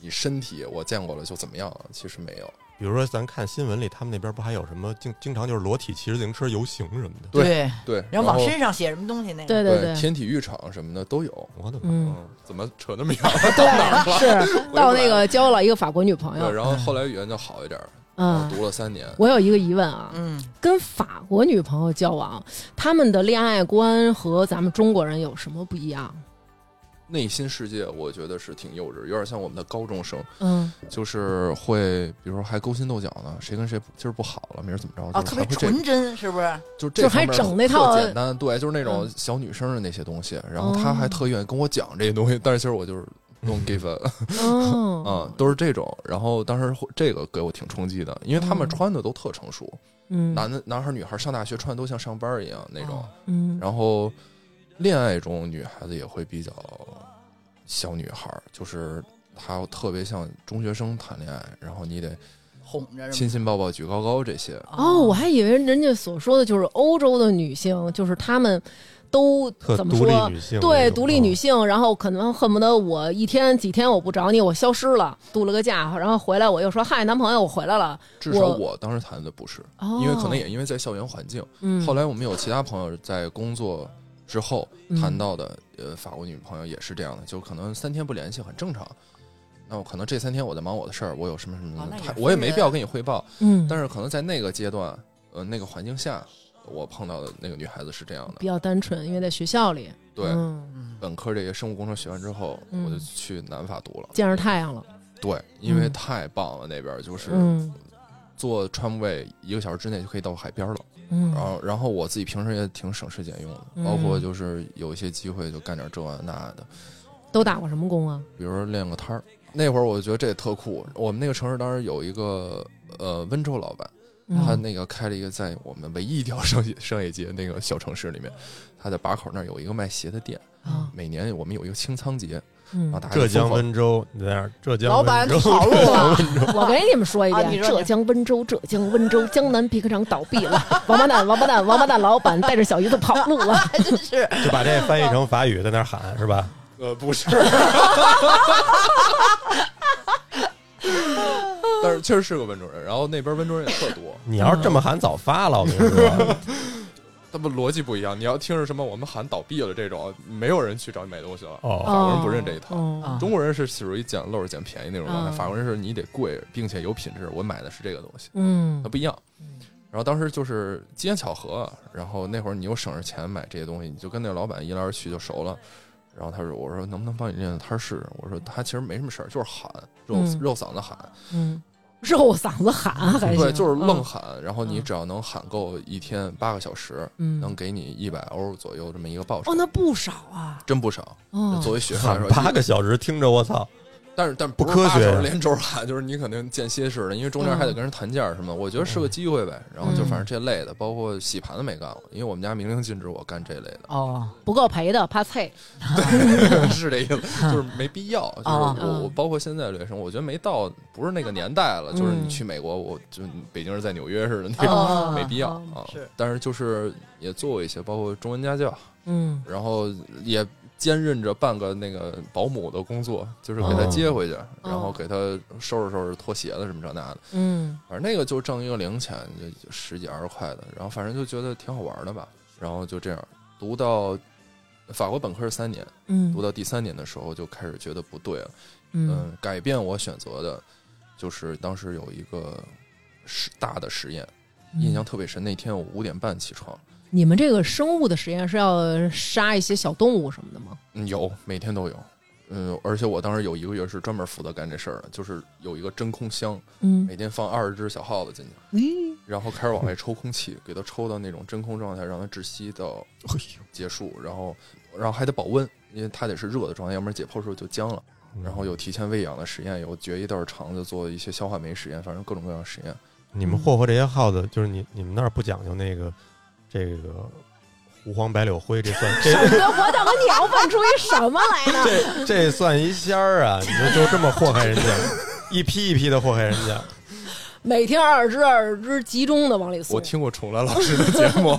你身体我见过了就怎么样了，其实没有。比如说，咱看新闻里，他们那边不还有什么经经常就是裸体骑着自行车游行什么的？对对，对，然然后往身上写什么东西那个。对对对，天体浴场什么的都有。我的妈！嗯，嗯，怎么扯那么远？对，是到那个交了一个法国女朋 对，友，然后后来语言就好一点儿，嗯，读了三年。我有一个疑问啊，嗯，跟法国女朋友交往，他们的恋爱观和咱们中国人有什么不一样？内心世界我觉得是挺幼稚，有点像我们的高中生。嗯，就是会，比如说还勾心斗角呢，谁跟谁不今儿不好了，明儿怎么着，哦，就是特还别会这，纯真，是不是？就是就这是还方面整那套嗯哦特简单，对，就是那种小女生的那些东西。然后他还特愿意跟我讲这些东西，但是其实我就是 don't give a，哦，嗯，都是这种。然后当时会这个给我挺冲击的，因为他们嗯穿的都特成熟，嗯，男的男孩女孩上大学穿的都像上班一样那种。嗯，然后恋爱中女孩子也会比较小女孩儿，就是她特别像中学生谈恋爱，然后你得哄着是亲吗亲抱抱举高高这些。哦，我还以为人家所说的就是欧洲的女性，就是她们都特怎么独立说？女性那种，对，独立女啊嗯性，然后可能恨不得我一天几天我不找你，我消失了，度了个假，然后回来我又说嗨，男朋友我回来了，至少我我当时谈的不是，哦，因为可能也因为在校园环境。嗯，后来我们有其他朋友在工作之后嗯谈到的，呃，法国女朋友也是这样的，就可能三天不联系很正常。那我可能这三天我在忙我的事儿，我有什么什么哦什么那也她分我也没人必要跟你汇报。嗯，但是可能在那个阶段，呃，那个环境下，我碰到的那个女孩子是这样的。比较单纯，因为在学校里，对，嗯嗯本科这些生物工程学完之后，嗯我就去南法读了。见着太阳了，对，因为嗯太棒了，那边儿就是嗯坐川卫一个小时之内就可以到海边了。嗯，然后，然后我自己平时也挺省吃俭用的，嗯包括就是有一些机会就干点这那的，都打过什么工啊？比如说练个摊儿。那会儿我觉得这特酷。我们那个城市当时有一个呃温州老板，嗯 他那个开了一个在我们唯一一条商业商业街那个小城市里面，他在把口那儿有一个卖鞋的店。啊，每年我们有一个清仓节，然嗯后大家就浙江疯狂温州，你在那儿浙江老 板温州跑路了，我给你们说一啊你遍：说你浙江温州，浙江温州，江南皮革厂倒闭了，王八蛋，王八蛋，王八蛋，老板带着小姨子跑路 了。还真 是 就把这翻译成法语，在那儿喊是吧？呃，不是， 但是确实是个温州人。然后那边温州人也特多，你要是这么喊，早发了。我跟你说，他们逻辑不一样。你要听着什么我们喊倒闭了这种，没有人去找你买东西了。 哦，法国人不认这一套哦中国人是属于捡漏儿捡便宜那种状态，嗯法国人是你得贵并且有品质，我买的是这个东西，嗯那不一样。然后当时就是机缘巧合，然后那会儿你又省着钱买这些东西，你就跟那个老板一来二去就熟了。然后他说：“我说能不能帮你练个摊儿试试？”我说：“他其实没什么事儿，就是喊肉、嗯肉嗓子喊，嗯，肉嗓子喊啊还行对，就是愣喊。然后你只要能喊够一天八个小时，嗯能给你一百欧左右这么一个报酬，哦，那不少啊。真不少。哦，作为学生来喊说，八个小时，听着我操，但是但是不是科八手学连轴喊，就是你肯定间歇式的，因为中间还嗯得跟人谈价儿什么。我觉得嗯是个机会呗。然后就反正这类的，包括洗盘子没干过，因为我们家明令禁止我干这类的哦，不够赔的，怕菜。 是这意思，就是没必要。就是哦我我包括现在留学生，我觉得没到不是那个年代了，就是你嗯去美国，我就北京人在纽约似的那种。哦没必要啊哦是，但是就是也做过一些，包括中文家教，嗯，然后也兼任着半个那个保姆的工作，就是给他哦接回去，然后给他收拾收拾拖鞋子什么这那的。嗯，反正那个就挣一个零钱，就就十几二十块的，然后反正就觉得挺好玩的吧。然后就这样读到法国本科是三年，嗯读到第三年的时候就开始觉得不对了。嗯嗯，改变我选择的就是当时有一个实大的实验，印象特别深。那天我五点半起床，你们这个生物的实验是要杀一些小动物什么的吗？ 嗯，有，每天都有。嗯，而且我当时有一个月是专门负责干这事儿的，就是有一个真空箱，嗯每天放二十只小耗子进去，然后开始往外抽空气，给它抽到那种真空状态，让它窒息到结束，然后，然后还得保温，因为它得是热的状态，要不然解剖时候就僵了。然后有提前喂养的实验，有绝一段肠子做一些消化酶实验，反正各种各样的实验。你们霍霍这些耗子，就是你你们那儿不讲究那个这个胡黄白柳灰，这算这 我怎么你要问出一什么来呢？这这算一仙儿啊！你就就这么祸害人家，一批一批的祸害人家。每天二十只二十只集中的往里我送。听过崇来老师的节目，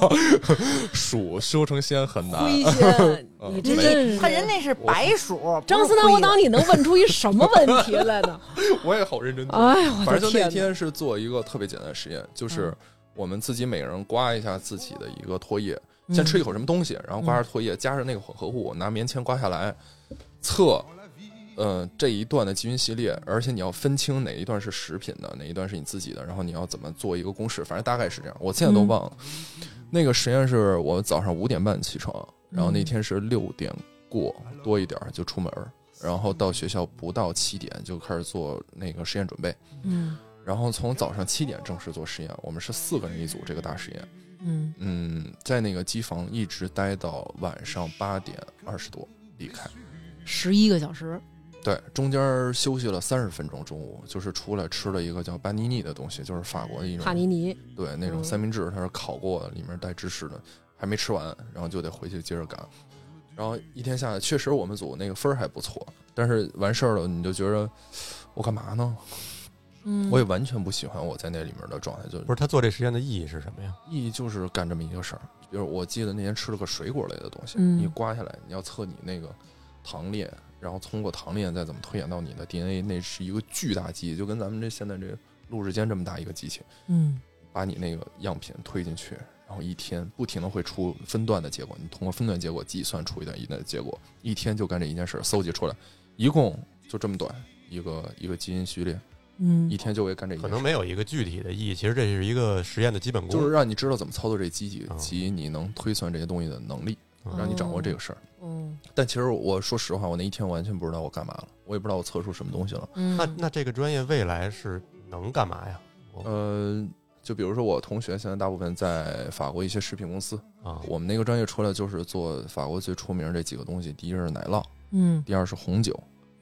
鼠修成仙很难。灰心， 嗯你这真是他人那是白鼠，张思不是南，灰我的当你能问出一什么问 题来呢？我也好认真听。哎呦我的反正就那天嗯天是做一个特别简单的实验，就是我们自己每人刮一下自己的一个唾液，嗯先吃一口什么东西，然后刮下唾液，加上那个混合物，拿棉签刮下来，测。呃，这一段的基因序列，而且你要分清哪一段是食品的，哪一段是你自己的，然后你要怎么做一个公式，反正大概是这样。我现在嗯都忘了。那个实验是我早上五点半起床，然后嗯那天是六点过多一点儿就出门儿，然后到学校不到七点就开始做那个实验准备，嗯然后从早上七点正式做实验。我们是四个人一组这个大实验，嗯，嗯，在那个机房一直待到晚上八点二十多离开。十一个小时，对，中间休息了三十分钟，中午就是出来吃了一个叫巴尼尼的东西，就是法国的一种帕尼尼，对，那种嗯三明治它是烤过的，里面带芝士的，还没吃完，然后就得回去接着赶。然后一天下来，确实我们组那个分儿还不错，但是完事儿了，你就觉得我干嘛呢？嗯，我也完全不喜欢我在那里面的状态，就不是他做这实验的意义是什么呀？意义就是干这么一个事儿。比如我记得那天吃了个水果类的东西，嗯你刮下来，你要测你那个糖链，然后通过糖链再怎么推演到你的 DNA，那是一个巨大机器，就跟咱们这现在这录制间这么大一个机器。嗯把你那个样品推进去，然后一天不停的会出分段的结果，你通过分段结果计算出一段一段的结果，一天就干这一件事儿，搜集出来，一共就这么短一个一个基因序列，嗯一天就会干这一可件事能儿。没有一个具体的意义，其实这是一个实验的基本功。就是让你知道怎么操作这机器哦及你能推算这些东西的能力，嗯让你掌握这个事儿。嗯但其实我说实话，我那一天完全不知道我干嘛了，我也不知道我测出什么东西了。嗯，那那这个专业未来是能干嘛呀？我呃，就比如说我同学现在大部分在法国一些食品公司，啊，我们那个专业出来就是做法国最出名儿这几个东西，第一是奶酪，嗯，第二是红酒，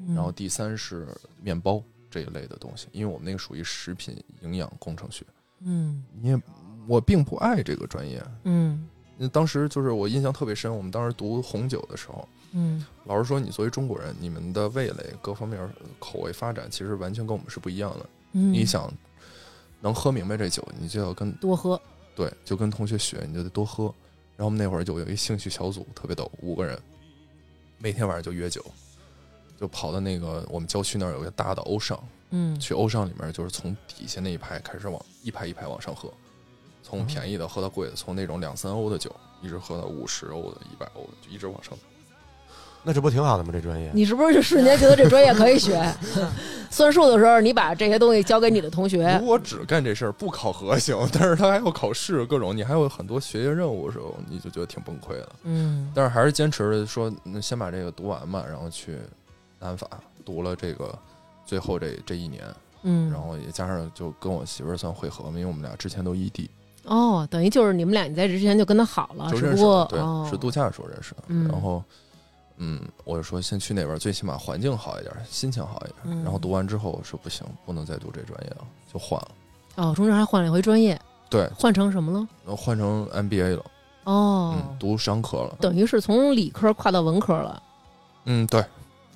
嗯然后第三是面包这一类的东西，因为我们那个属于食品营养工程学。嗯你也，我并不爱这个专业。嗯那当时就是我印象特别深，我们当时读红酒的时候，嗯老师说你作为中国人，你们的味蕾各方面呃口味发展其实完全跟我们是不一样的。嗯，你想能喝明白这酒，你就要跟多喝，对，就跟同学学，你就得多喝。然后我们那会儿就有一兴趣小组，特别逗，五个人，每天晚上就约酒，就跑到那个我们郊区那儿有个大的欧尚，嗯去欧尚里面就是从底下那一排开始往一排一排往上喝，哦从便宜的喝到贵的，从那种两三欧的酒一直喝到五十欧的、一百欧的，就一直往上。那这不挺好的吗？这专业你是不是就瞬间觉得这专业可以学？算数的时候，你把这些东西交给你的同学如，果只干这事儿不考核行， 但是他还要考试，各种你还有很多学业任务的时候，你就觉得挺崩溃的。嗯但是还是坚持着说，那先把这个读完吧，然后去南法读了这个最后这这一年，嗯，然后也加上就跟我媳妇儿算会合嘛，因为我们俩之前都异地，哦，等啊于就是你们俩你在这之前就跟他好了，就只认不识过了，对，哦是度假的时候认识的。嗯然后嗯，我就说先去那边，最起码环境好一点，心情好一点。嗯然后读完之后我说不行，不能再读这专业了，就换了。哦，中间还换了一回专业，对，换成什么了？然后换成 MBA 了，哦，嗯，读商科了，等于是从理科跨到文科了。嗯，对，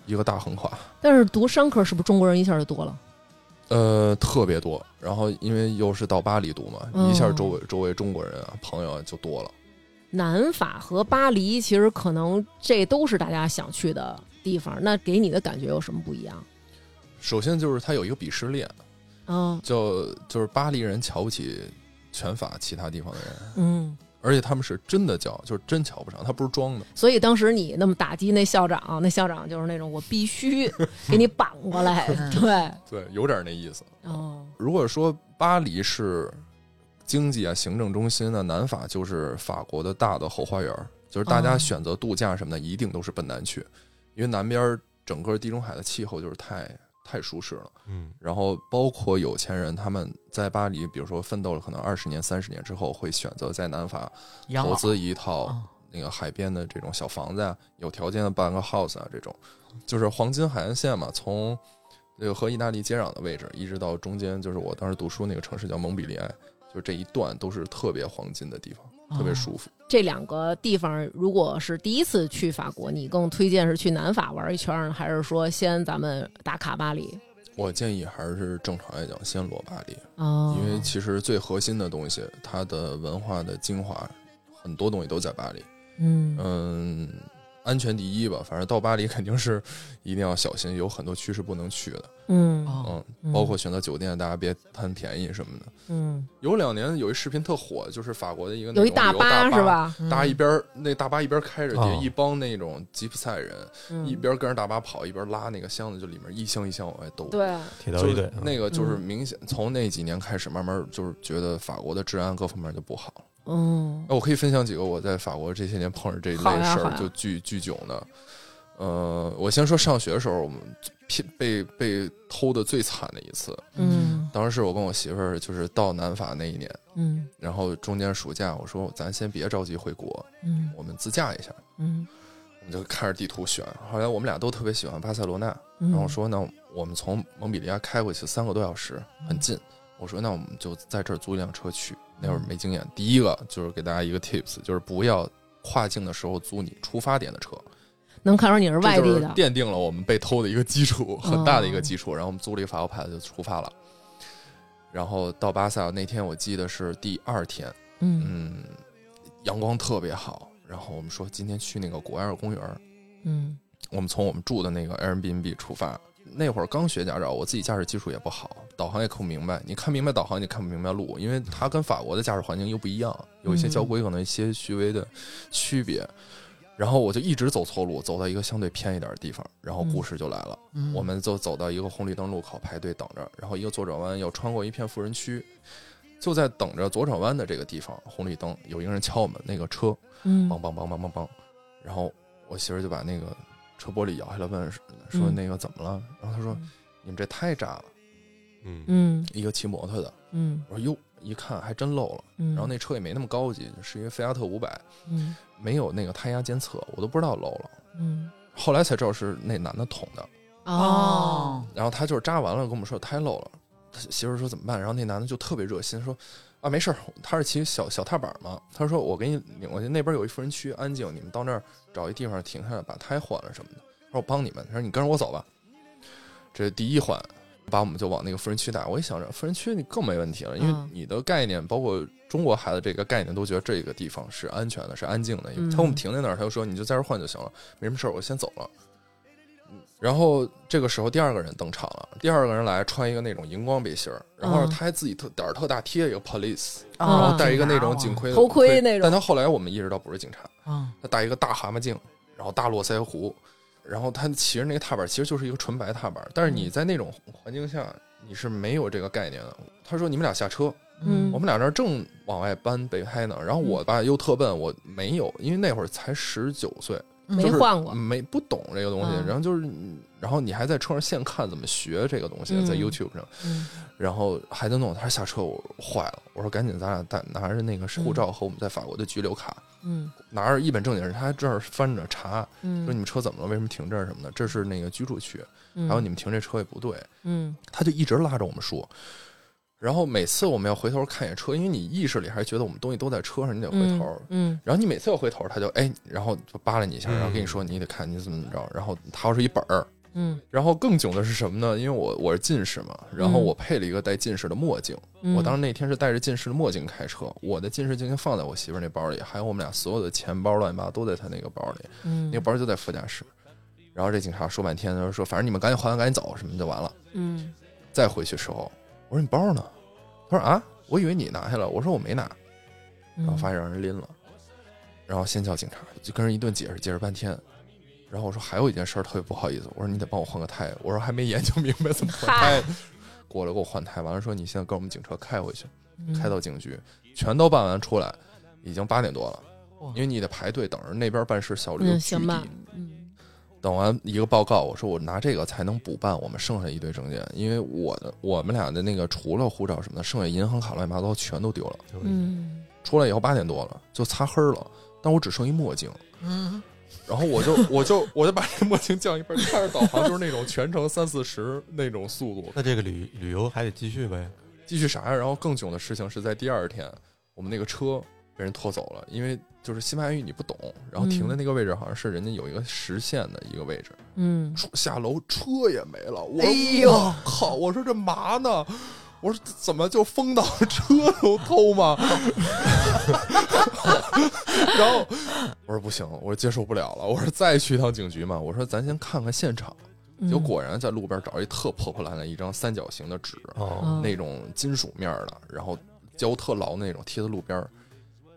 一个大横跨，但是读商科是不是中国人一下就多了？呃，特别多。然后因为又是到巴黎读嘛，嗯一下周围周围中国人啊朋友啊就多了。南法和巴黎其实可能这都是大家想去的地方，那给你的感觉有什么不一样？首先就是它有一个鄙视链，嗯就就是巴黎人瞧不起全法其他地方的人，嗯，而且他们是真的瞧，就是真瞧不上，他不是装的。所以当时你那么打击那校长，那校长就是那种我必 须给你绑过来，嗯对，对，有点那意思。哦，如果说巴黎是经济啊、行政中心呢、南法就是法国的大的后花园儿，就是大家哦选择度假什么的，一定都是奔南去，因为南边儿整个地中海的气候就是太太舒适了。嗯，然后包括有钱人，他们在巴黎，比如说奋斗了可能二十年、三十年之后，会选择在南法养投老资一套哦那个海边的这种小房子啊，有条件的办个 house 啊，这种就是黄金海岸线嘛，从那个和意大利接壤的位置，一直到中间，就是我当时读书那个城市叫蒙彼利埃，就这一段都是特别黄金的地嗯方，特别舒服。这两个地方如果是第一次去法国，你更推荐是去南法玩一圈儿呢，还是说先咱们打卡巴黎？我建议还是正常来讲，先罗巴黎，嗯哦，因为其实最核心的东西，它的文化的精华，很多东西都在巴黎。嗯嗯，安全第一吧，反正到巴黎肯定是一定要小心，有很多区是不能去的。嗯哦嗯，包括选择酒店，大家别贪便宜什么的。嗯，有两年有一视频特火，就是法国的一个那种有一大旅游巴嗯是？吧？嗯大一边儿那大巴一边开着，哦底下一帮那种吉普赛人，嗯一边跟着大巴跑，一边拉那个箱子，就里面一箱一箱往外兜。，对，嗯铁道就一嗯是队，那个就是明显从那几年开始，慢慢就是觉得法国的治安各方面就不好了。嗯哦那我可以分享几个我在法国这些年碰上这一好呀类事好儿呀，就巨巨囧的。呃，我先说上学的时候，我们骗被被偷的最惨的一次，嗯当时是我跟我媳妇儿就是到南法那一年，嗯然后中间暑假我说咱先别着急回国，嗯我们自驾一下，嗯，我们就看着地图选。后来我们俩都特别喜欢巴塞罗那，然然后我说那我们从蒙彼利埃开回去三个多小时，很近。我说那我们就在这儿租一辆车去。那会儿没经验，第一个就是给大家一个 tips，就是不要跨境的时候租你出发点的车，能看出你是外这就地是的，哦奠定了我们被偷的一个基础，很大的一个基础。然后我们租了一个法国牌子就出发了。然后到巴萨那天，我记得是第二天，嗯嗯，阳光特别好。然后我们说今天去那个古埃尔公园儿，嗯我们从我们住的那个 Airbnb 出发。那会儿刚学驾照，我自己驾驶基础也不好，导航也看不明白。你看明白导航，你看不明白路，因为它跟法国的驾驶环境又不一样，有一些交规可能一些细微的区别。然后我就一直走错路，走到一个相对偏一点的地方，然后故事就来了。我们就走到一个红绿灯路口排队等着，然后一个左转弯要穿过一片富人区，就在等着左转弯的这个地方红绿灯，有一个人敲我们那个车，嗯梆梆梆梆梆梆，然后我媳妇儿就把那个车玻璃摇下来问是说嗯那个怎么了，然后她说你们这太炸了，嗯，嗯一个骑摩托的，嗯我说哟一看还真漏了，嗯，然后那车也没那么高级，是一个菲亚特五百，嗯没有那个胎压监测，我都不知道漏了，嗯后来才知道是那男的捅的，Oh, 哦，然后他就是扎完了跟我们说胎漏了，他媳妇儿说怎么办，然后那男的就特别热心说。啊，没事儿，他是骑小小踏板嘛。他说：“我给你领过去，那边有一富人区，安静，你们到那儿找一地方停下来，把胎换了什么的。”他说：“我帮你们。”他说：“你跟着我走吧。”这是第一环，把我们就往那个富人区带。我一想着富人区你更没问题了，因为嗯你的概念，包括中国孩子这个概念，都觉得这个地方是安全的，是安静的。嗯他给我们停在那儿，他就说：“你就在这儿换就行了，没什么事儿，我先走了。”然后这个时候，第二个人登场了。第二个人来穿一个那种荧光背心儿，然后嗯他还自己特胆儿特大，贴一个 police，然然然啊后戴一个那种警盔头盔那种嗯但他后来我们意识到不是警察，啊，他戴一个大蛤蟆镜，然后大络腮胡，然后他骑着那个踏板，其实就是一个纯白踏板。但是嗯你在那种环境下，你是没有这个概念的。他说：“你们俩下车，嗯我们俩那儿正往外搬备胎呢。”然后我吧又特笨，我没有，因为那会儿才十九岁，没就是换过，没不懂这个东西。嗯然后就是你，然后你还在车上现看怎么学这个东西，嗯在 YouTube 上，嗯然后还在弄。他说下车我坏了，我说赶紧咱俩带拿着那个护照和我们在法国的居留卡，嗯拿着一本正经人，他还这儿翻着查，说你嗯们车怎么了？为什么停这儿什么的？这是那个居住区，嗯，还有你们停这车也不对。嗯他就一直拉着我们说。然后每次我们要回头看一眼车，因为你意识里还是觉得我们东西都在车上，你得回头。嗯然后你每次要回头，他就哎，然后就扒拉你一下，嗯然后跟你说你得看你怎么怎么着。然后掏出一本儿，嗯然后更囧的是什么呢？因为我我是近视嘛，然后嗯我配了一个戴近视的墨镜。嗯，我当时那天是戴着近视的墨镜开车，我的近视镜已经放在我媳妇儿那包里，还有我们俩所有的钱包乱七八糟都在她那个包里，嗯那个包就在副驾驶。然后这警察说半天，他说反正你们赶紧还完赶紧走什么就完了。嗯再回去收，我说你包呢？他说啊，我以为你拿下了。我说我没拿，然嗯后发现让人拎了，然后先叫警察，就跟人一顿解释，解释半天。然后我说还有一件事儿特别不好意思，我说你得帮我换个胎，我说还没研究明白怎么换胎，过来给我换胎，完了说你现在跟我们警车开回去，嗯开到警局，全都办完出来，已经八点多了，因为你得排队等着那边办事效率又嗯巨行低吧，嗯等完一个报告，我说我拿这个才能补办我们剩下一堆证件，因为我的我们俩的那个除了护照什么的，剩下银行卡乱七八糟全都丢了。嗯出来以后八点多了，就擦黑了，但我只剩一墨镜，嗯，然后我就我就我就把这墨镜降一半，开始导航，就是那种全程三四十那种速度，那这个旅旅游还得继续呗？继续啥呀？然后更囧的事情是在第二天，我们那个车被人拖走了，因为就是西班牙语你不懂，然后停的那个位置好像是人家有一个实线的一个位置。嗯出下楼车也没了，我哎呦我靠！我说这嘛呢？我说怎么就封到车都偷吗？ 然后我说不行，我说接受不了了，我说再去一趟警局嘛，我说咱先看看现场。嗯，结果果然在路边找一特破破烂烂一张三角形的纸，哦，嗯那种金属面儿的，然后胶特牢那种贴在路边儿，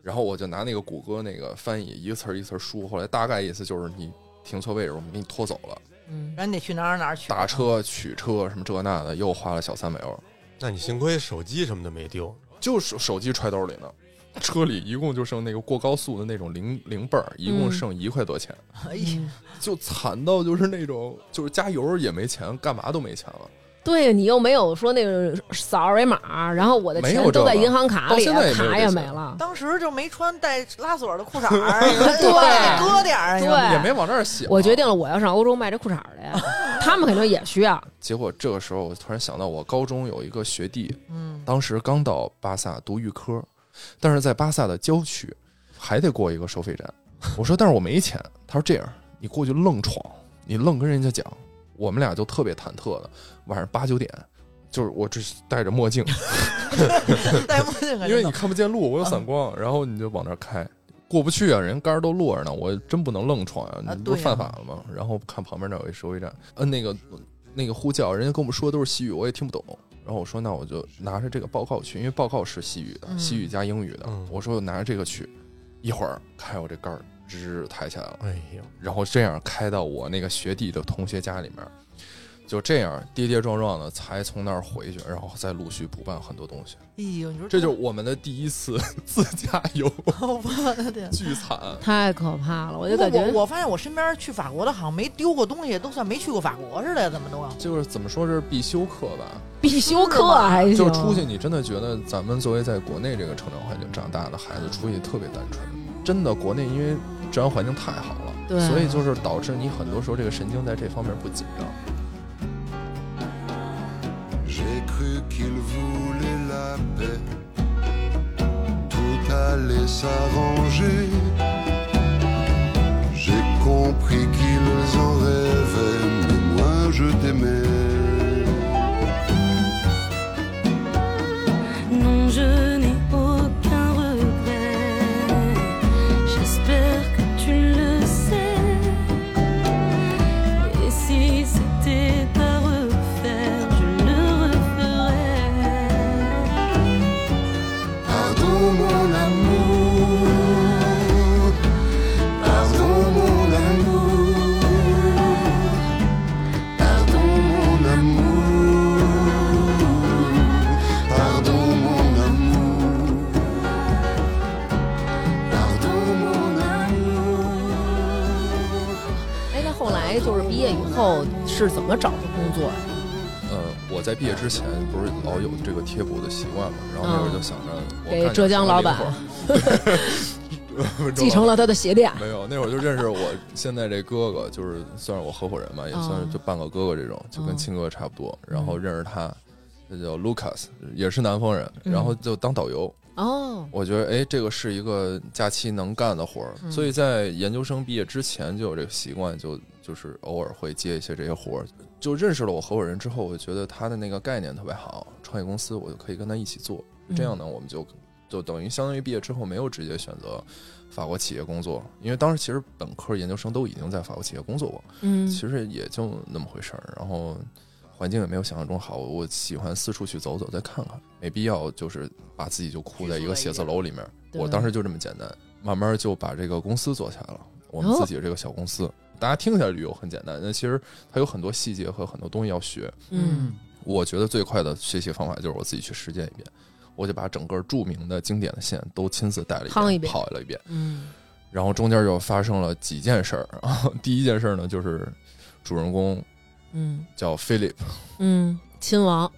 然后我就拿那个谷歌那个翻译一个词儿一个词儿输，后来大概意思就是你停错位置，我们给你拖走了。嗯然后你得去哪儿哪儿取？打车、取车什么这那的，又花了小三百欧，那你幸亏手机什么的没丢，就手手机揣兜里呢。车里一共就剩那个过高速的那种零零倍儿，一嗯共剩一块多钱，哎呀，就惨到就是那种就是加油也没钱，干嘛都没钱了。对你又没有说那个扫二维码，然后我的没钱有这都在个银行卡到里，现在也没有卡这也些没了。当时就没穿带拉锁的裤衩儿， 对搁点儿，对，也没往那儿想。啊我决定了，我要上欧洲卖这裤衩 儿去，他们肯定也需要。结果这个时候，我突然想到，我高中有一个学弟，嗯，当时刚到巴萨读预科，但是在巴萨的郊区还得过一个收费站。我说，但是我没钱。他说这样，你过去愣闯，你愣跟人家讲。我们俩就特别忐忑的，晚上八九点，就是我这戴着墨镜，戴墨镜啊，因为你看不见路，我有散光，然后你就往那儿开。过不去啊，人杆儿都落着呢，我真不能愣闯啊！啊你不对是呀犯法了吗？然后看旁边那有一收费站，呃，那个那个呼叫，人家跟我们说的都是西语，我也听不懂。然后我说那我就拿着这个报告去，因为报告是西语的，嗯西语加英语的。嗯我说我拿着这个去，一会儿开我这杆儿直抬起来了，哎呦，然后这样开到我那个学弟的同学家里面，就这样跌跌撞撞的才从那儿回去，然后再陆续补办很多东西。哎呦，你说这就是我们的第一次 自驾游，我 的天！巨惨。太可怕了，我就不过感觉我我发现我身边去法国的，好像没丢过东西，都算没去过法国似的，怎么都啊就是怎么说，这是必修课吧？必修课还行。就是出去，你真的觉得咱们作为在国内这个成长环境长大的孩子，出去特别单纯。真的，国内因为治安环境太好对了，所以就是导致你很多时候这个神经在这方面不紧张。 J'ai cru qu'il voulait la paix. Tout allait s'arranger. J'ai compris qu'ils en rêvaient, mais moi je t'aimais. Non, je n'ai aucun regret. J'espère que tu le sais. Et si c'était à refaire, je le referais. Pardon mon amour. Pardon mon amour. Pardon mon amour. Pardon mon amour. Pardon mon amour. 哎，那后来就是毕业以后是怎么找的工作啊呀？呃，我在毕业之前不是老有这个贴补的习惯嘛，然后那会儿就想着我干点 嗯 给浙江什么老板零活儿。继承了他的邪念。 没有，那会儿就认识我现在这哥哥，就是算是我合伙人嘛，也算是就半个哥哥这种，就跟亲哥差不多。然后认识他，他叫 Lucas，也是南方人，然后就当导游。哦，我觉得哎，这个是一个假期能干的活儿，所以在研究生毕业之前就有这个习惯，就就是偶尔会接一些这些活儿。就认识了我合伙人之后，我觉得他的那个概念特别好，创业公司我就可以跟他一起做。这嗯样呢，我们就就等于相当于毕业之后没有直接选择法国企业工作，因为当时其实本科、研究生都已经在法国企业工作过，嗯其实也就那么回事儿。然后环境也没有想象中好，我喜欢四处去走走，再看看，没必要就是把自己就哭在一个写字楼里面。对我当时就这么简单，慢慢就把这个公司做起来了，我哦们自己这个小公司。大家听起来旅游很简单，但其实它有很多细节和很多东西要学。嗯我觉得最快的学习方法就是我自己去实践一遍，我就把整个著名的经典的线都亲自带了趟一一遍，遍跑了一遍。嗯然后中间就发生了几件事儿。啊第一件事儿呢，就是主人公嗯叫 Philip，嗯，亲王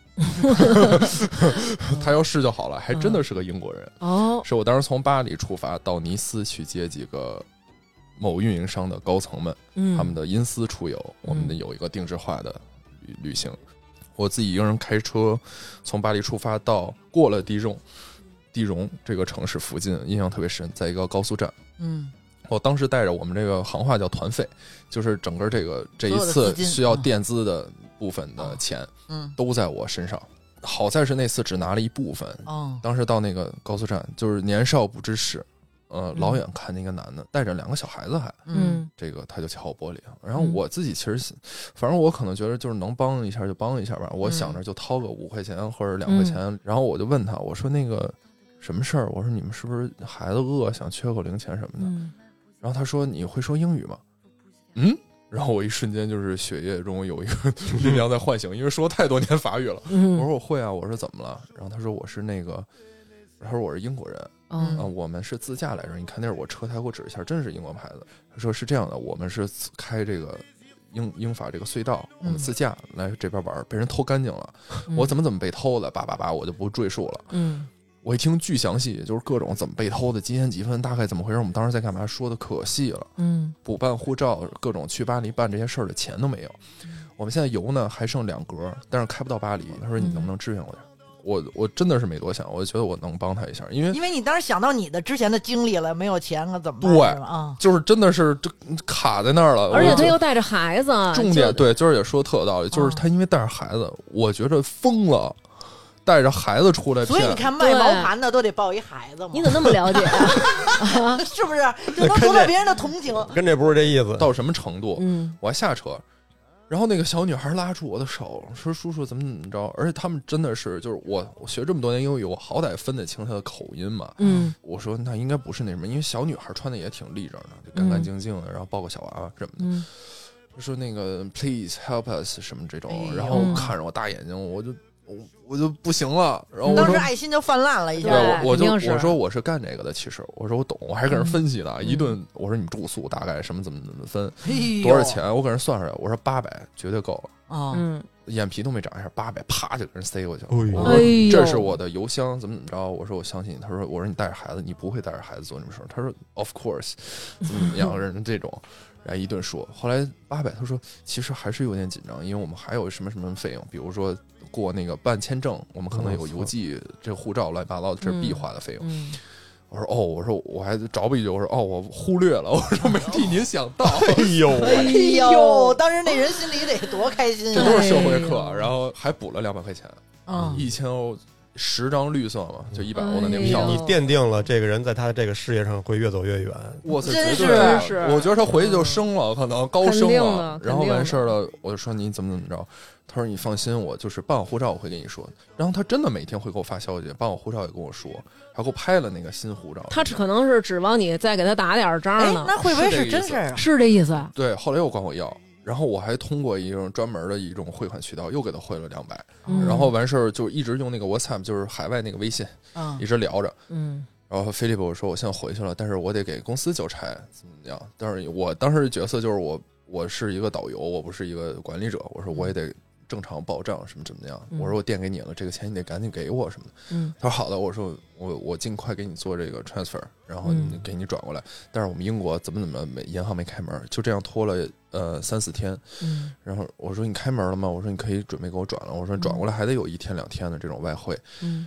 他要是就好了，还真的是个英国人。哦，是我当时从巴黎出发到尼斯去接几个某运营商的高层们，嗯，他们的因私出游，嗯我们的有一个定制化的旅旅行。我自己一个人开车从巴黎出发到过了地荣，地荣这个城市附近，印象特别深，在一个高速站。嗯，我当时带着我们这个行话叫团费，就是整个这个这一所有的次资金需要嗯垫资的部分的钱，嗯，都在我身上。好在是那次只拿了一部分，哦，当时到那个高速站，就是年少不知事，呃，老远看那个男的带着两个小孩子还，嗯嗯这个他就敲我玻璃。然后嗯我自己其实，反正我可能觉得就是能帮一下就帮一下吧，我嗯想着就掏个五块钱或者两块钱。然后我就问他，我说那个什么事儿？我说你们是不是孩子饿想缺口零钱什么的？嗯然后他说你会说英语吗？嗯。然后我一瞬间就是血液中有一个 力量在唤醒，因为说太多年法语了。我嗯说我会啊，我说怎么了？然后他说我是那个，他说我是英国人啊、哦我们是自驾来着。你看那是我车，他给我指一下，真是英国牌子。他说是这样的，我们是自开这个英英法这个隧道，我们自驾来这边玩儿，被人偷干净了。我怎么怎么被偷的，叭叭叭，我就不赘述了。嗯我一听巨详细，就是各种怎么被偷的，几点几分，大概怎么回事，我们当时在干嘛，说的可细了。嗯补办护照，各种去巴黎办这些事儿的钱都没有。我们现在油呢还剩两格，但是开不到巴黎。他说你能不能支援我点儿？我我真的是没多想，我就觉得我能帮他一下，因为嗯因为你当时想到你的之前的经历了，没有钱了怎么办？对是吧啊，就是真的是这卡在那儿了。而且呃我就他又带着孩子，啊重就嗯点对，就是也说的特有道理，就是他因为带着孩子，我觉着疯了，带着孩子出来所以骗你。看卖对毛盘的都得抱一孩子嘛，你怎么那么了解啊？ 是不是就能得到别人的同情？跟这不是这意思。到什么程度？嗯我还下车，然后那个小女孩拉住我的手，说：“叔叔怎么怎么着？”而且他们真的是，就是我我学这么多年英语，我好歹分得清她的口音嘛。嗯我说那应该不是那什么，因为小女孩穿的也挺立正的，就干干净净的，然后抱个小娃娃什么的。嗯她说那个 please help us 什么这种，哎然后看着我大眼睛，我就我我就不行了，然后我当时说。爱心就泛滥了一对，下，哎对我我就肯定是我说我是干这个的，其实我说我懂，我还跟人分析呢，一顿我说你们住宿大概什么怎么怎么分，嗯哎嘿呦多少钱？我给人算出来，我说八百绝对够了，啊？哦嗯，眼皮都没眨一下，八百啪就给人塞过去了。哎呦我哎说呦这是我的邮箱，怎么怎么着？我说我相信你。他说我说你带着孩子，你不会带着孩子做这种事儿。他说 Of course，怎 么怎么样，人这种，然后一顿说。后来八百，他说其实还是有点紧张，因为我们还有什么什么费用，比如说过那个办签证，我们可能有邮寄、这护照乱七八糟，这是必花的费用。嗯我说哦，我说我还找补一句，我说哦，我忽略了，我说没替您想 到。 哎呦，哎呦，当时那人心里得多开心这啊！都是社会课哎，呦然后还补了两百块钱，哎嗯啊一千欧十张绿色嘛，就一百欧的那个哎呦票。你奠定了这个人在他这个事业上会越走越远。哇塞，绝真是对啊是嗯我觉得他回去就升了，可能高升肯定的了。然后肯定的完事儿了，我就说你怎么怎么着，他说你放心，我就是办好护照我会跟你说。然后他真的每天会给我发消息，办好护照也跟我说，还给我拍了那个新护照。他只可能是指望你再给他打点儿章哎，呢，那会不会是真事儿啊？是这意思？对，后来又管我要，然后我还通过一种专门的一种汇款渠道又给他汇了两百，嗯然后完事儿就一直用那个 WhatsApp，就是海外那个微信，嗯一直聊着。嗯然后菲利普我说我现在回去了，但是我得给公司交差，怎么样？但是我当时角色就是我，我是一个导游，我不是一个管理者。我说我也得正常报账什么怎么样？我说我垫给你了，这个钱你得赶紧给我什么的。嗯他说好的，我说我我尽快给你做这个 transfer，然后嗯给你转过来。但是我们英国怎么怎么没银行没开门，就这样拖了呃三四天。嗯然后我说你开门了吗？我说你可以准备给我转了。我说你转过来还得有一天两天的这种外汇。嗯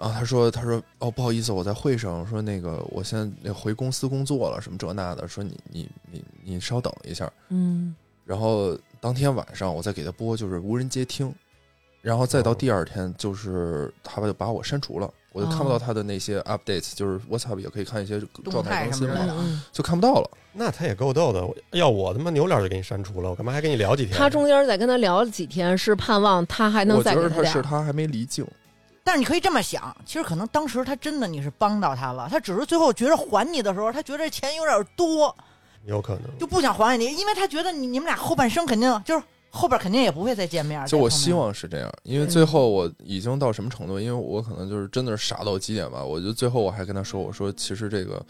然后他说：“他说哦，不好意思，我在会上说那个，我现在那回公司工作了，什么这那的。说你你你你稍等一下。嗯，然后当天晚上我再给他拨，就是无人接听。然后哦再到第二天，就是他就把我删除了，我就看不到他的那些 updates，就是 WhatsApp 也可以看一些状态更哦动态什新么嘛，的嗯就看不到了。那他也够逗的，我要我他妈扭脸就给你删除了，我干嘛还跟你聊几天？他中间再跟他聊了几天，是盼望他还能我再觉给得他点是儿。他还没离境，但是你可以这么想，其实可能当时他真的你是帮到他了，他只是最后觉得还你的时候，他觉得这钱有点多，有可能就不想还给你，因为他觉得你你们俩后半生肯定就是后边肯定也不会再见面。就我在后面希，望是这样，因为对最后我已经到什么程度？因为我可能就是真的是傻到极点吧。我就最后我还跟他说，我说其实这个，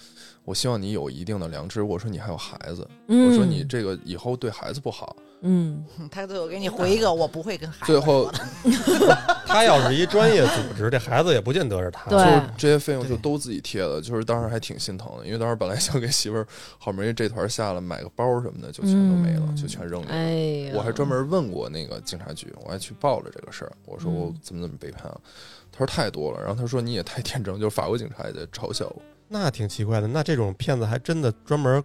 我希望你有一定的良知。我说你还有孩子，嗯，我说你这个以后对孩子不好。嗯嗯他最后给你回一个我不会跟孩子最后说的他要是一专业组织，这孩子也不见得是他。对啊就是这些费用就都自己贴的，就是当时还挺心疼的，因为当时本来想给媳妇儿好不容易这团下了买个包什么的，就全都没了，嗯就全扔了。哎呀，我还专门问过那个警察局，我还去报了这个事儿。我说我嗯怎么怎么背叛了、他说太多了。然后他说你也太天真了，就是法国警察也在嘲笑我。那挺奇怪的。那这种骗子还真的专门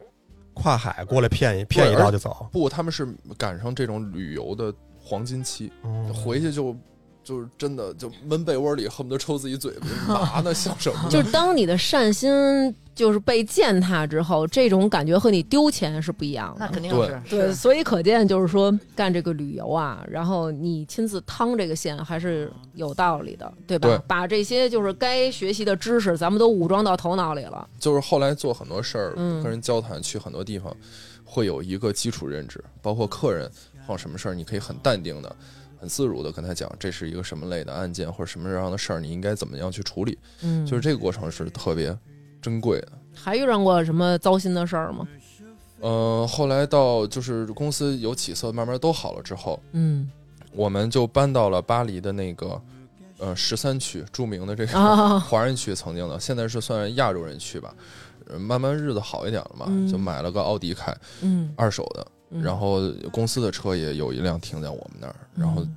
跨海过来骗一骗一刀就走，不，他们是赶上这种旅游的黄金期，嗯回去就就是真的就闷被窝里，恨不得抽自己嘴巴，麻呢，像什么呢？ 就是当你的善心就是被践踏之后，这种感觉和你丢钱是不一样那的。肯定对是对，是所以可见就是说干这个旅游啊，然后你亲自趟这个线还是有道理的，对吧？对把这些就是该学习的知识，咱们都武装到头脑里了。就是后来做很多事儿，嗯跟人交谈，去很多地方，会有一个基础认知，包括客人碰到什么事儿，你可以很淡定的、很自如的跟他讲，这是一个什么类的案件或者什么样的事儿，你应该怎么样去处理。嗯，就是这个过程是特别珍贵的。还遇上过什么糟心的事儿吗？嗯，后来到就是公司有起色，慢慢都好了之后，嗯我们就搬到了巴黎的那个呃十三区，著名的这个啊，华人区曾经的，现在是算亚洲人区吧。呃慢慢日子好一点了嘛，嗯就买了个奥迪开，嗯，二手的，嗯然后公司的车也有一辆停在我们那儿。然后嗯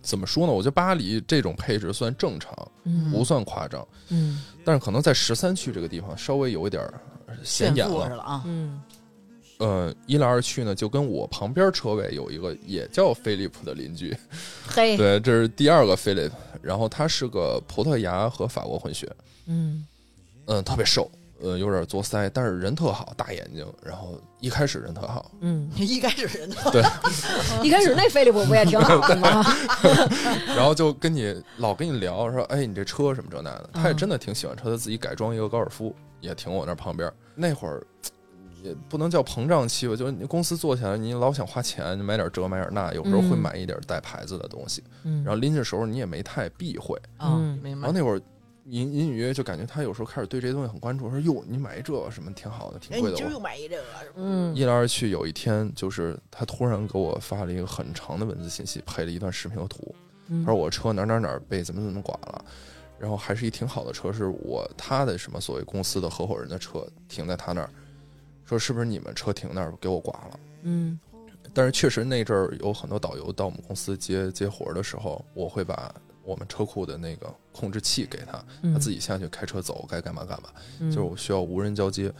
怎么说呢？我觉得巴黎这种配置算正常，嗯不算夸张，嗯但是可能在十三区这个地方稍微有一点儿显炫眼富了似。的啊，嗯呃，一来二去呢，就跟我旁边车位有一个也叫菲利普的邻居，嘿，对，这是第二个菲利普，然后他是个葡萄牙和法国混血，嗯嗯，特别瘦，呃，有点作腮，但是人特好，大眼睛，然后一开始人特好，嗯， 一开始人一开始那飞利浦不也挺好的吗？然后就跟你老跟你聊说，哎，你这车什么这那的，嗯他也真的挺喜欢车，他自己改装一个高尔夫，也停我那旁边。那会儿也不能叫膨胀期吧，就是你公司做起来，你老想花钱，你买点这买点那，有时候会嗯买一点带牌子的东西，嗯然后拎着时候你也没太避讳。啊嗯，明然白后。那会儿隐隐隐约约就感觉他有时候开始对这些东西很关注，说哟，你买一这什么挺好的，挺哎，你贵的。今儿我又买一这个是吧？嗯一来二去，有一天就是他突然给我发了一个很长的文字信息，配了一段视频和图。嗯他说我车哪儿哪儿哪儿被怎么怎么剐了，然后还是一挺好的车，是我他的什么所谓公司的合伙人的车停在他那儿，说是不是你们车停那儿给我剐了？嗯但是确实那阵儿有很多导游到我们公司接接活儿的时候，我会把我们车库的那个控制器给他，嗯他自己下去开车走，该干嘛干嘛。嗯就是我需要无人交接，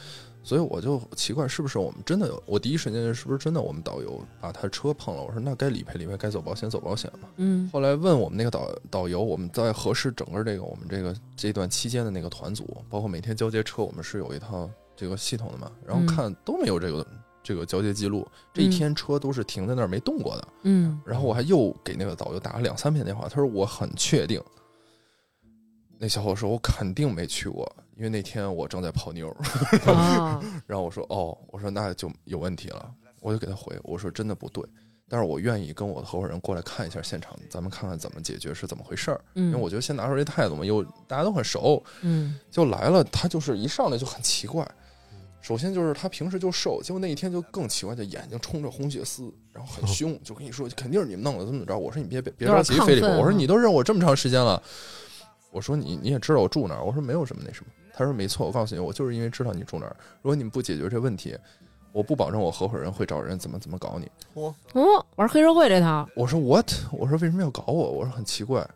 所以我就奇怪是不是我们真的有？我第一时间是不是真的我们导游把他车碰了？我说那该理赔理赔，该走保险走保险嘛。嗯后来问我们那个导导游，我们在合适整个这个我们这个这段期间的那个团组，包括每天交接车，我们是有一套这个系统的嘛？然后嗯看都没有这个这个交接记录，这一嗯天车都是停在那儿没动过的。嗯然后我还又给那个导游打了两三遍电话，他说我很确定。那小伙说：“我肯定没去过，因为那天我正在泡妞。”啊， 然后我说哦，我说那就有问题了，我就给他回我说真的不对，但是我愿意跟我的合伙人过来看一下现场，咱们看看怎么解决是怎么回事儿， 因嗯为我觉得先拿出这态度嘛，又大家都很熟，嗯就来了，他就是一上来就很奇怪，首先就是他平时就瘦，结果那一天就更奇怪，就眼睛冲着红血丝，然后很 凶，就跟你说肯定是你们弄的，怎么怎么着。我说你别别别有点着急，菲利亢普，奋我说啊你都认我这么长时间了，我说你你也知道我住哪儿，我说没有什么那什么。他说没错，我告诉你，我就是因为知道你住哪儿。如果你们不解决这问题，我不保证我合伙人会找人怎么怎么搞你。嚯，哦，玩黑社会这套，我说 what？我说为什么要搞我？我说很奇怪。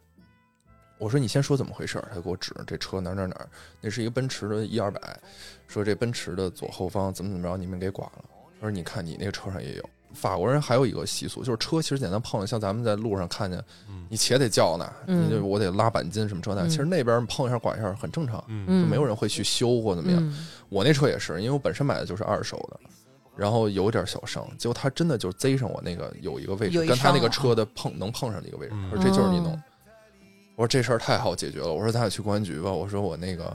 我说你先说怎么回事儿，他给我指这车哪儿哪儿哪儿，那是一个奔驰的一二百，说这奔驰的左后方怎么怎么着，你们给剐了。他说你看你那个车上也有。法国人还有一个习俗，就是车其实简单碰了，像咱们在路上看见，嗯你且得叫呢，嗯你就我得拉板筋什么这那，嗯其实那边碰一下剐一下很正常，嗯嗯，就没有人会去修或怎么样。嗯我那车也是，因为我本身买的就是二手的，然后有点小伤，结果他真的就贼上我那个有一个位有置，一跟他那个伤啊车的碰能碰上的一个位置，嗯我说这就是你弄哦的。我说这事儿太好解决了，我说咱俩去公安局吧，我说我那个。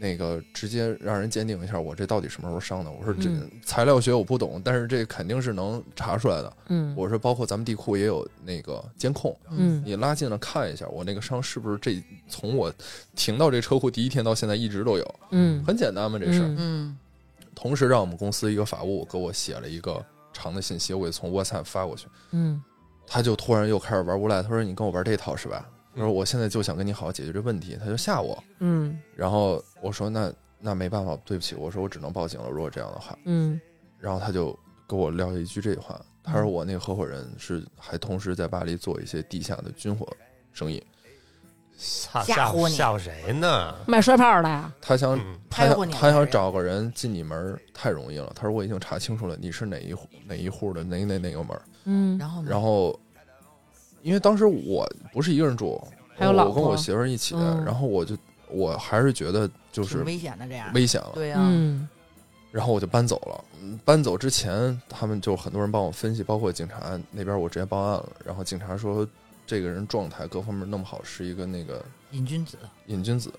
那个直接让人鉴定一下，我这到底什么时候伤的？我说这嗯材料学我不懂，但是这肯定是能查出来的。嗯，我说包括咱们地库也有那个监控，嗯你拉近了看一下，我那个伤是不是这从我停到这车库第一天到现在一直都有？嗯，很简单嘛，这事儿。嗯嗯，同时让我们公司一个法务给我写了一个长的信息，我也从 WhatsApp 发过去。嗯他就突然又开始玩无赖，他说：“你跟我玩这套是吧？”我说：“我现在就想跟你好好解决这问题。”他就吓我，嗯然后我说：“那那没办法，对不起。”我说：“我只能报警了，如果这样的话。嗯”然后他就给我撂下一句这话，他说：“我那个合伙人是还同时在巴黎做一些地下的军火生意，吓吓吓唬唬你吓唬谁呢？卖摔炮的呀，他想嗯他拍过想你他吗想找个人进你门儿太容易了。”他说：“我已经查清楚了，你是哪一户哪一户的哪哪哪个门。”嗯然后呢然后，因为当时我不是一个人住，还有我老我跟婆我媳妇儿一起，嗯然后我就我还是觉得就是挺危险的这样，危险了，对呀，嗯然后我就搬走了。嗯搬走之前，他们就很多人帮我分析，包括警察那边，我直接报案了。然后警察说，这个人状态各方面弄不好，是一个那个瘾君子，瘾君子，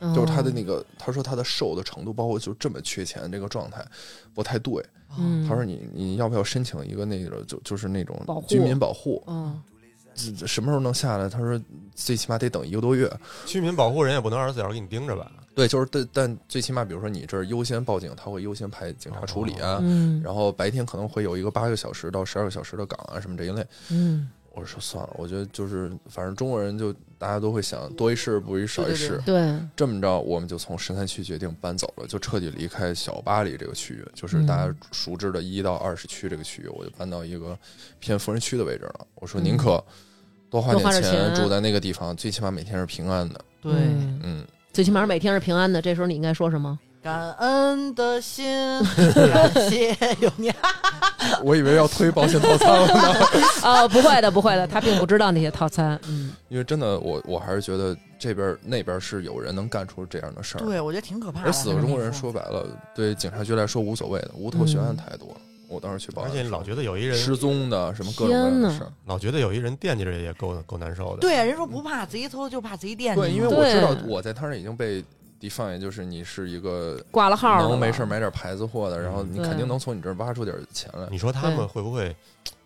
嗯，就是他的那个，他说他的瘦的程度，包括就这么缺钱这个状态，不太对。哦嗯，他说你你要不要申请一个那个就就是那种保护居民保护？嗯这这什么时候能下来？他说最起码得等一个多月。居民保护人也不能二十四小时给你盯着吧？对，就是但但最起码，比如说你这儿优先报警，他会优先派警察处理啊。嗯然后白天可能会有一个八个小时到十二个小时的岗啊什么这一类。嗯，我说算了，我觉得就是反正中国人就大家都会想多一事不如少一事。对，嗯这么着，我们就从十三区决定搬走了，就彻底离开小巴黎这个区域，就是大家熟知的一到二十区这个区域，我就搬到一个偏富人区的位置了。我说宁可多花点多花点钱住在那个地方，最起码每天是平安的。对，嗯嗯，最起码每天是平安的，这时候你应该说 什么？感恩的心， 感谢有你，我以为要推保险套餐了 呢，呃，不会的，不会的，他并不知道那些套餐。嗯因为真的，我我还是觉得这边那边是有人能干出这样的事儿。 对我啊觉得挺可怕的。而死的这么中国一人说白了，对警察局来说无所谓的，无头悬案太多了。我当时去报案而的时候，且你老觉得有一人失踪的什么各种各样天的哪事儿。老觉得有一人惦记着也够够难受的。对，啊人说不怕贼偷，就怕贼惦记嘛。对，因为我知道对我在他那儿已经被 define，就是你是一个挂了号了能没事儿买点牌子货的，然后你嗯对肯定能从你这儿挖出点钱来。你说他对们会不会？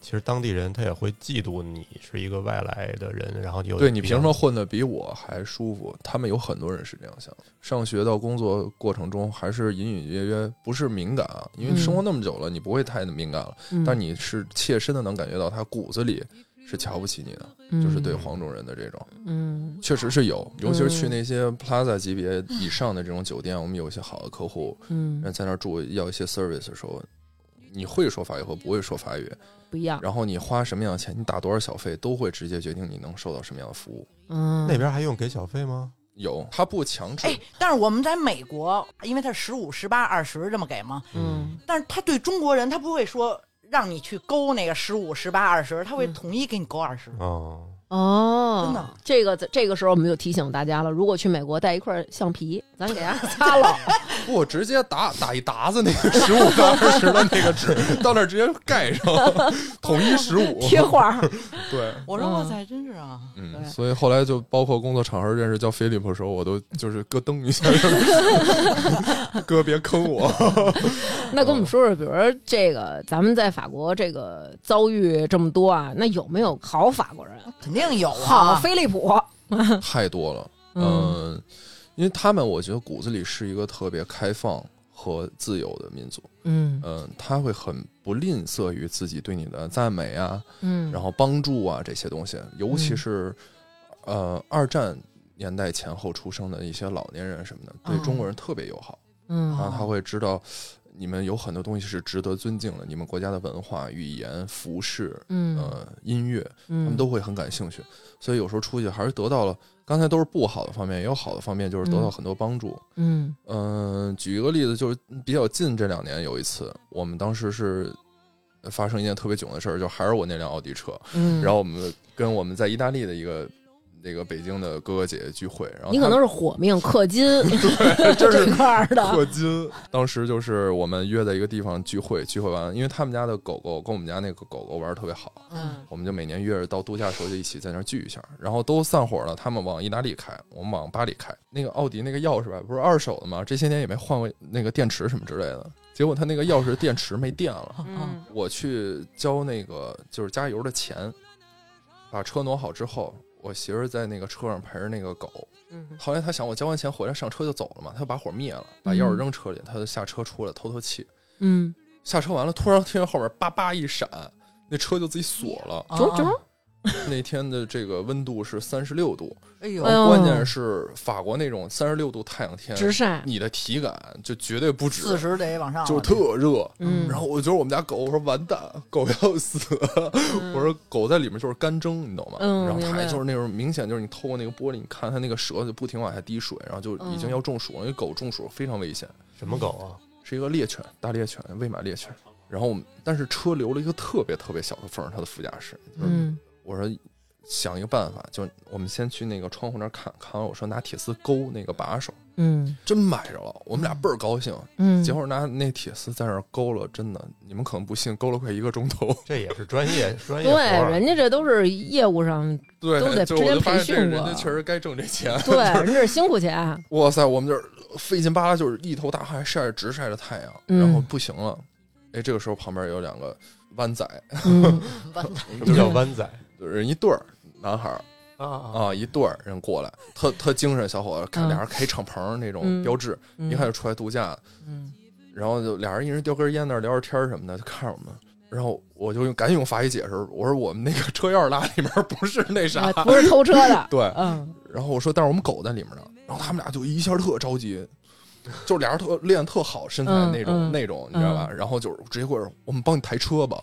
其实当地人他也会嫉妒你是一个外来的人，然后你有对你凭什么混的比我还舒服？他们有很多人是这样想。上学到工作过程中，还是隐隐约约，不是敏感啊，因为嗯生活那么久了，你不会太敏感了。嗯但你是切身的能感觉到，他骨子里是瞧不起你的，就是对黄种人的这种，嗯确实是有。尤其是去嗯那些 Plaza 级别以上的这种酒店，我们有一些好的客户，嗯人在那儿住要一些 service 的时候，你会说法语和不会说法语，不一样。然后你花什么样的钱，你打多少小费，都会直接决定你能受到什么样的服务。嗯，那边还用给小费吗？有，他不强制哎，，但是我们在美国，因为他十五、十八、二十这么给嘛，嗯但是他对中国人，他不会说让你去勾那个十五、十八、二十，他嗯会统一给你勾二十。哦，哦，真的这个这个时候我们就提醒大家了，如果去美国带一块橡皮，咱给它擦 了。不直接打打一沓子那个十五到二十的那个纸，到那儿直接盖上，统一十 五。贴 画儿，对，我说哇塞，真是啊！嗯，对所以后来就包括工作场合认识叫菲利普的时候，我都就是咯噔一下， 哥别坑我。那跟我们说说，比如说这个，咱们在法国这个遭遇这么多啊，那有没有好法国人？啊肯定有好啊，飞利浦，太多了。嗯嗯，因为他们我觉得骨子里是一个特别开放和自由的民族。嗯嗯，他会很不吝啬于自己对你的赞美啊，嗯，然后帮助啊这些东西，尤其是、嗯呃二战年代前后出生的一些老年人什么的，对哦中国人特别友好，嗯然啊后他会知道。你们有很多东西是值得尊敬的，你们国家的文化、语言、服饰，嗯呃，音乐，他嗯们都会很感兴趣。所以有时候出去还是得到了，刚才都是不好的方面，也有好的方面，就是得到嗯很多帮助。嗯嗯、举一个例子，就是比较近这两年有一次，我们当时是发生一件特别囧的事儿，就还是我那辆奥迪车，嗯，然后我们跟我们在意大利的一个那个北京的哥哥姐姐聚会，然后你他可能们是火命氪 金 这是块儿 的，氪金。当时就是我们约在一个地方聚会，聚会完，因为他们家的狗狗跟我们家那个狗狗玩的特别好，嗯我们就每年约着到度假的时候就一起在那儿聚一下，然后都散伙了，他们往意大利开，我们往巴黎开。那个奥迪那个钥匙吧，不是二手的吗？这些年也没换过那个电池什么之类的，结果他那个钥匙电池没电了。嗯我去交那个就是加油的钱，把车挪好之后，我媳妇儿在那个车上陪着那个狗。嗯后来她想，我交完钱回来上车就走了嘛，她就把火灭了，把嗯钥匙扔车里，她就下车出来透透气。嗯，下车完了，突然听见后面叭叭一闪，那车就自己锁了。啊中中，啊那天的这个温度是三十六度，哎呦哎呦关键是法国那种三十六度太阳天，直晒，你的体感就绝对不止四十得往上了，就特热。嗯然后我觉得我们家狗，我说完蛋，狗要死。我说狗在里面就是干蒸，你懂吗？嗯然后明它白就是那种明显就是你透过那个玻璃，你看它那个舌就不停往下滴水，然后就已经嗯要中暑了。因为狗中暑非常危险，什么狗啊？是一个猎犬，大猎犬，喂马猎犬。然后我们但是车留了一个特别特别小的缝儿，它的副驾驶。就是嗯我说想一个办法，就是我们先去那个窗户那儿看看完，我说拿铁丝勾那个把手，嗯真买着了，我们俩倍儿高兴。嗯，结果拿那铁丝在那儿勾了，真的，你们可能不信，勾了快一个钟头。这也是专业专业活儿啊对，人家这都是业务上，对，都得就我就发现这之前培训人过家确实该挣这 钱。对，人家是辛 苦钱，哇塞，我们就是费劲巴拉，就是一头大汗晒着直晒着太阳，嗯然后不行了。哎，这个时候旁边有两个湾仔，哎嗯什么嗯叫湾仔人一对儿男孩儿啊啊？啊，一对儿人过来，特特精神小伙子，看嗯俩人开敞篷那种嗯标志，嗯一看就出来度假的。嗯然后就俩人一人叼根烟那儿聊着天儿什么的，就看着我们。然后我就用赶紧用法语解释，我说我们那个车钥匙拉里面不是那啥，啊不是偷车的， 对。嗯然后我说但是我们狗在里面呢。然后他们俩就一下特着急，就俩人特练特好身材嗯那种、嗯那种，你知道吧？然后就是直接过来说我们帮你抬车 吧。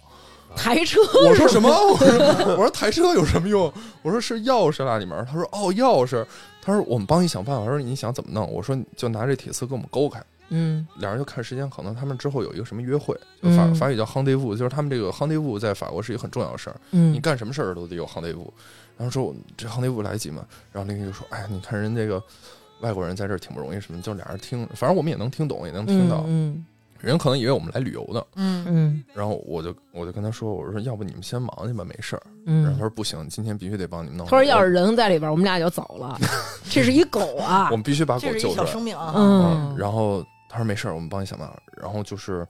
抬车，我说什么？我说我说抬车有什么用？我说是钥匙拉里面。他说哦钥匙。他说我们帮你想办法。他说你想怎么弄？我说就拿这铁丝给我们勾开。嗯俩人就看时间，可能他们之后有一个什么约会，就法、嗯法语叫 h o n d e v u 就是他们这个 h o n d e v u 在法国是一个很重要的事儿，你嗯干什么事儿都得有 h o n d e v u 然后说我们这 h o n d e v u 来得及吗？然后那个就说，哎，你看人这个外国人在这儿挺不容易，什么就俩人听，反正我们也能听懂，也能听到，嗯人可能以为我们来旅游的。嗯，嗯然后我就我就跟他说，我说要不你们先忙去吧，没事儿。然后他嗯。说不行，今天必须得帮你们弄他好。说：“要是人在里边，我们俩就走了。 这是一狗啊 我我，们必须把狗这是救一出小来。生命啊，嗯嗯，，然后他说没事儿，我们帮你想办法。然后就是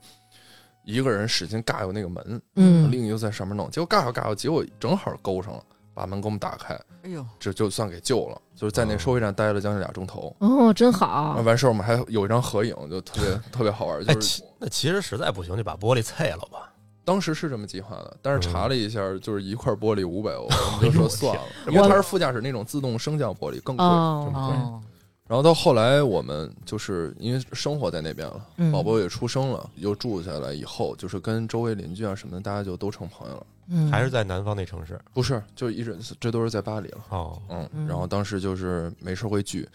一个人使劲尬悠那个门，嗯另一个就在上面弄，结果尬悠尬悠，结果正好勾上了，把门给我们打开，哎呦，这就算给救了。就是在那收费站待了将近俩钟头，哦，真然好后，完事儿我们还有一张合影，就特别特别好玩。哎，就是其那其实实在不行就把玻璃碎了吧。当时是这么计划的，但是嗯查了一下，就是一块玻璃五百欧，我们就说算了，因为它是副驾驶那种自动升降玻璃更贵。哦，哦，然后到后来，我们就是因为生活在那边了，嗯宝宝也出生了，又住下来以后，就是跟周围邻居啊什么的，大家就都成朋友了。嗯还是在南方那城市不是，就一直这都是在巴黎了。哦，嗯，嗯然后当时就是没事会聚。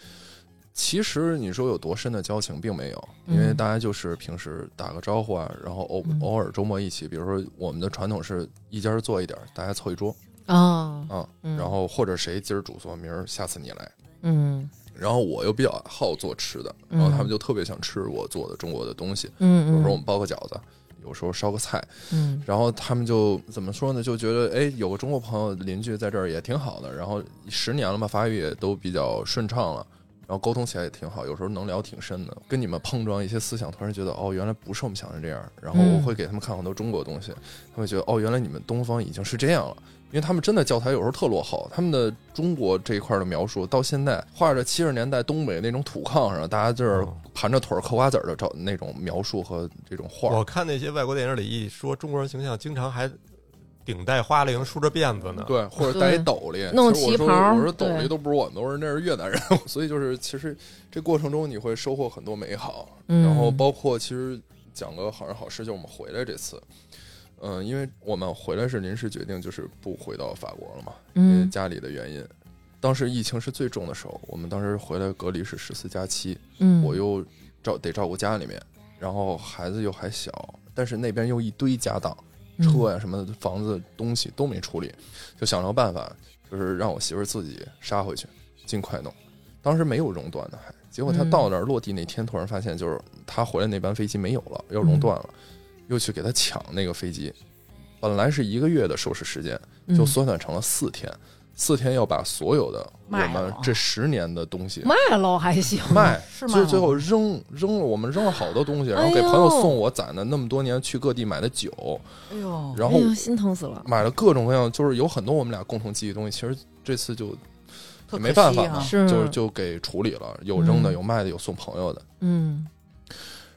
其实你说有多深的交情，并没有，嗯因为大家就是平时打个招呼啊，然后偶嗯偶尔周末一起，比如说我们的传统是一家坐一点儿，大家凑一桌哦，啊，嗯然后或者谁今儿煮做，明儿下次你来，嗯然后我又比较好做吃的，嗯然后他们就特别想吃我做的中国的东西。有嗯时候我嗯们包个饺子，有时候烧个菜，嗯然后他们就怎么说呢？就觉得哎，有个呃中国朋友邻居在这儿也挺好的。然后十年了嘛，法语也都比较顺畅了。然后沟通起来也挺好，有时候能聊挺深的。跟你们碰撞一些思想，突然觉得哦，原来不是我们想的这样。然后我会给他们看很多中国东西，他们觉得哦，原来你们东方已经是这样了。因为他们真的教材有时候特落后，他们的中国这一块的描述到现在画着七十年代东北那种土炕上，大家就是哦盘着腿儿嗑瓜子儿的照那种描述和这种画我儿。看那些外国电影里一说中国人形象，经常还顶戴花翎、梳着辫子呢。对，或者戴一对斗笠，弄其实我说旗袍我说斗笠对都不是我们都是那是越南人， 所以就是其实这过程中你会收获很多美好，嗯然后包括其实讲个好人好事，就我们回来这次，嗯、因为我们回来是临时决定，就是不回到法国了嘛，因为嗯家里的原因。当时疫情是最重的时候，我们当时回来隔离是十四加七，嗯，我又照得照顾家里面，然后孩子又还小，但是那边又一堆家当，嗯车呀、什么的房子东西都没处理，就想了办法，就是让我媳妇儿自己杀回去，尽快弄。当时没有熔断的还，结果他嗯到那儿落地那天，突然发现就是他回来那班飞机没有了，要嗯熔断了，又去给他抢那个飞机。本来是一个月的收拾时间，就嗯缩短成了四天，四天要把所有的我卖们了这十年的东西卖了还行，卖，是就是吗最后扔扔了，我们扔了好多东西，然哎后呦哦给朋友送我攒的那么多年去各地买的酒，哎呦，然后哎呦心疼死了，买了各种各样，就是有很多我们俩共同记忆的东西，其实这次就特没可办惜法啊嘛，是就就给处理了，有扔的，嗯有卖的，有送朋友的。嗯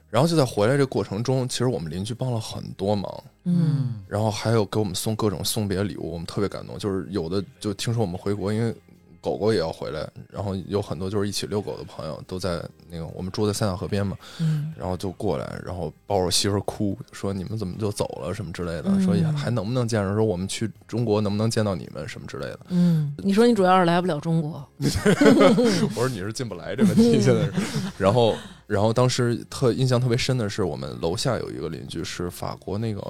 然后就在回来这过程中，其实我们邻居帮了很多忙，嗯然后还有给我们送各种送别礼物，我们特别感动。就是有的就听说我们回国，因为狗狗也要回来，然后有很多就是一起遛狗的朋友都在那个我们住在塞纳河边嘛，嗯然后就过来，然后抱着我媳妇儿哭，说你们怎么就走了什么之类的，嗯说也还能不能见着，说我们去中国能不能见到你们什么之类的。嗯，你说你主要是来不了中国， 我说你是进不来这问题，现在是。然后，然后当时特印象特别深的是，我们楼下有一个邻居是法国那个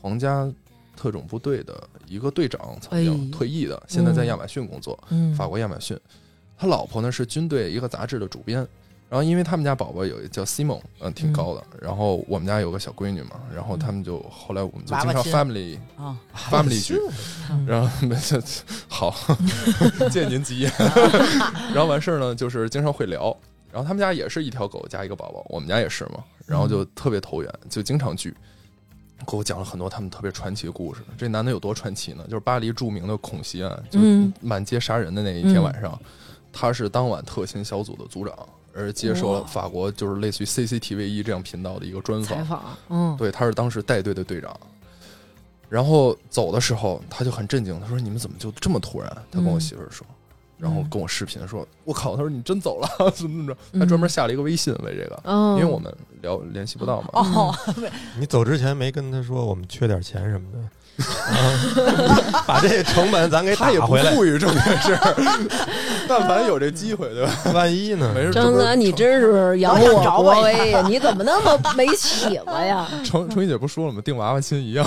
皇家特种部队的一个队长，曾经哎退役的，现在在嗯亚马逊工作。嗯，法国亚马逊，他老婆呢是军队一个杂志的主编。然后因为他们家宝宝有一个叫 Simon，嗯，挺高的。然后我们家有个小闺女嘛，然后他们就后来我们就娃经娃常亲 family oh. 啊 family 局，然后就好借您吉言。然后完事儿呢，就是经常会聊。然后他们家也是一条狗加一个宝宝，我们家也是嘛，然后就特别投缘，就经常聚。给我讲了很多他们特别传奇的故事。这男的有多传奇呢？就是巴黎著名的恐袭案，就嗯满街杀人的那一天晚上，他是当晚特勤小组的组长，而接受了法国就是类似于 CCTV 一这样频道的一个专采访。访，嗯，对，他是当时带队的队长。然后走的时候，他就很震惊，他说：“你们怎么就这么突然？”他跟我嗯媳妇儿说，然后嗯跟我视频说：“我靠！”他说：“你真走了，怎么怎么着？”他专门下了一个微信为这个，嗯，因为我们聊联系不到嘛。哦，你走之前没跟他说我们缺点钱什 么的，啊、把这成本咱给打他也不回来，富裕这件事儿， 但凡有这机会，对吧？ 万一呢？没事，张哥，你这真是扬我国威呀！你怎么那么没起子呀？不是程程程一姐不说了吗？定娃娃亲一样。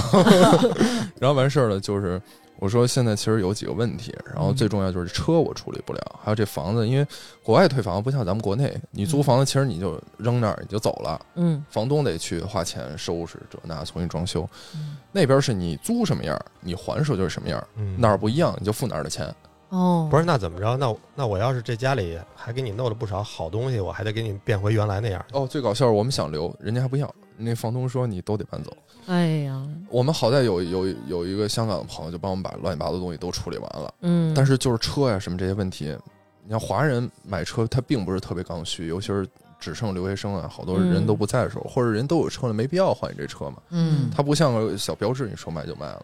然后完事儿了，就是我说现在其实有几个问题，然后最重要就是车我处理不了，还有这房子，因为国外退房不像咱们国内，你租房子其实你就扔那儿你就走了，嗯房东得去花钱收拾这那重新装修。那边是你租什么样儿，你还手就是什么样儿，嗯哪儿不一样你就付哪儿的钱。 哦，不是，那怎么着？那我那我要是这家里还给你弄了不少好东西，我还得给你变回原来那样。哦，最搞笑是我们想留，人家还不要，那房东说你都得搬走。是，哎呀，我们好在有有有一个香港的朋友就帮我们把乱七八糟的东西都处理完了，嗯，但是就是车呀、什么这些问题，你像华人买车，他并不是特别刚需，尤其是只剩留学生啊，好多人都不在的时候，或者人都有车了，没必要换你这车嘛。嗯，它不像个小标志，你说卖就卖了。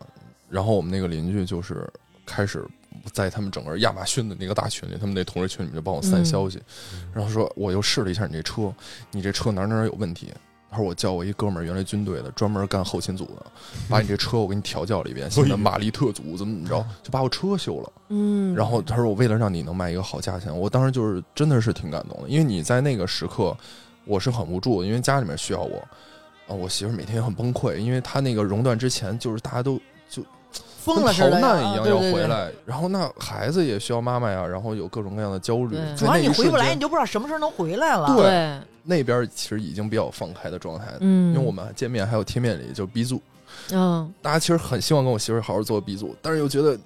然后我们那个邻居就是开始在他们整个亚马逊的那个大群里，他们那同事群里面就帮我散消息，然后说我又试了一下你这车，你这车哪儿哪儿有问题。他说我叫我一哥们儿，原来军队的，专门干后勤组的，把你这车我给你调教了一遍，现在马力特足，怎么怎么着，就把我车修了。嗯，然后他说我为了让你能卖一个好价钱，我当时就是真的是挺感动的，因为你在那个时刻，我是很无助的，因为家里面需要我，啊，我媳妇儿每天也很崩溃，因为她那个熔断之前就是大家都 疯了似逃的，难啊一样对要对回对来，然后那孩子也需要妈妈呀，然后有各种各样的焦虑对，在主要那你一回瞬不来，间你就不知道什么时候能回来了。对对，那边其实已经比较放开的状态，嗯，因为我们呃见面还有贴面礼，就是 B 组，嗯大家其实很希望跟我媳妇儿好好做 B 组，但是又觉得。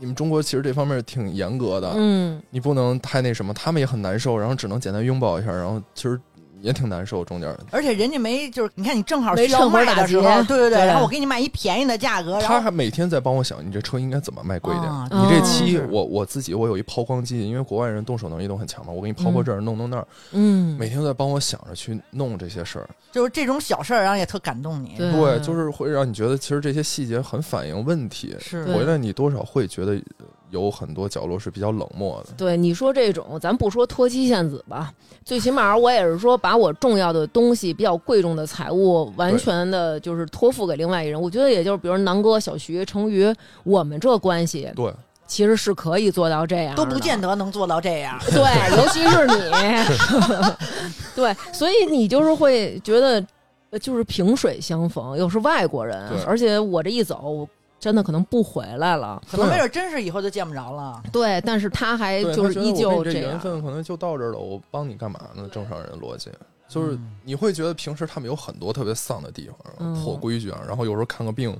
你们中国其实这方面挺严格的，嗯，你不能太那什么，他们也很难受，然后只能简单拥抱一下，然后其实也挺难受中间。而且人家没就是，你看你正好没需要趁火卖打的时劫候，对对对，对然后我给你卖一便宜的价哦格，然他后还每天在帮我想，你这车应该怎么卖贵一点？啊你这哦漆是，我我自己我有一抛光机，因为国外人动手能力都很强嘛，我给你抛过这儿，弄弄那儿，嗯，每天都在帮我想着去弄这些事儿。就是这种小事儿，然后也特感动你。对对，就是会让你觉得其实这些细节很反映问题。是对回来你多少会觉得有很多角落是比较冷漠的。对你说这种，咱不说脱妻献子吧，最起码我也是说把我重要的东西、比较贵重的财物，完全的就是托付给另外一人。我觉得也就是，比如南哥、小徐、成瑜，我们这关系对，其实是可以做到这样，都不见。得能做到这样。对，尤其是你， 对，所以你就是会觉得，呃就是萍水相逢，又是外国人对，而且我这一走，我真的可能不回来了。可能没准真是以后就见不着了。对，但是他还对哎就他是觉得依我旧跟你这这样缘。分可能就到这儿了，我帮你干嘛呢？正常人逻辑就是你会觉得平时他们有很多特别丧的地方，嗯破规矩啊，然后有时候看个病。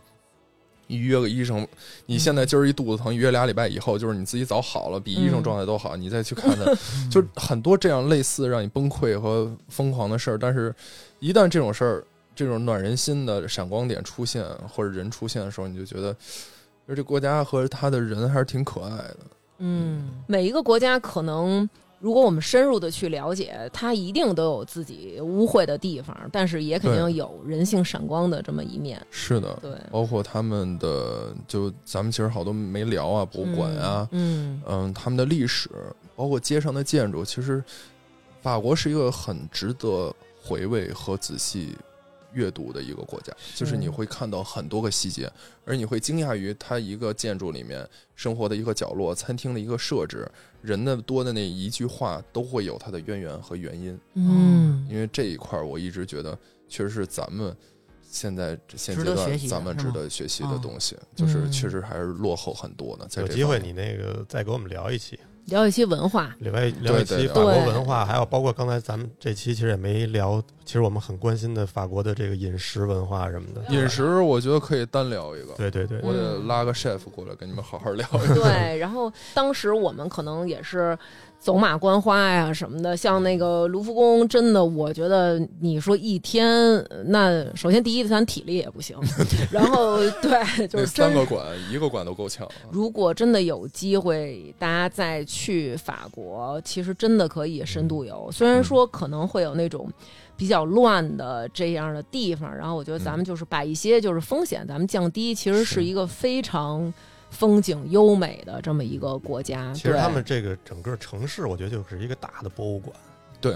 一约个医生，你现在今儿一肚子疼，约俩礼拜以后，就是你自己早好了，比医生嗯状态都好，你再去看 他，就是很多这样类似让你崩溃和疯狂的事儿。但是，一旦这种事儿，这种暖人心的闪光点出现或者人出现的时候，你就觉得，就这国家和他的人还是挺可爱的。嗯，每一个国家可能，如果我们深入的去了解，它一定都有自己污秽的地方，但是也肯定对有人性闪光的这么一面。是的，对，包括他们的，就咱们其实好多没聊啊，博物馆啊，嗯，嗯他们的历史，包括街上的建筑，其实法国是一个很值得回味和仔细阅读的一个国家，就是你会看到很多个细节，而你会惊讶于它一个建筑里面生活的一个角落、餐厅的一个设置、人的多的那一句话，都会有它的渊源和原因。嗯嗯，因为这一块儿，我一直觉得确实是咱们现在这现值阶得学段习的咱们是值吗得学习啊的东西，就是嗯确实还是落后很多呢。在有这机方会面你那个再给我们聊一期，聊一期文化，聊一聊一对期对法国对文化，还有包括刚才咱们这期其实也没聊，其实我们很关心的法国的这个饮食文化什么的。嗯饮食，我觉得可以单聊一个，对吧，对对对，我得拉个 chef 过来跟你们好好聊嗯一 下。对，然后当时我们可能也是走马观花呀什么的，像那个卢浮宫，真的，我觉得你说一天，那首先第一，咱体力也 不行，然后对，就那是三真个馆，一个馆都够呛啊。如果真的有机会，大家再去法国，其实真的可以深度游。虽然说可能会有那种比较乱的这样的地方，然后我觉得咱们就是把一些就是风险咱们降低，其实是一个非常风景优美的这么一个国家。其实啊对他们这个整个城市，我觉得就是一个大的博物馆。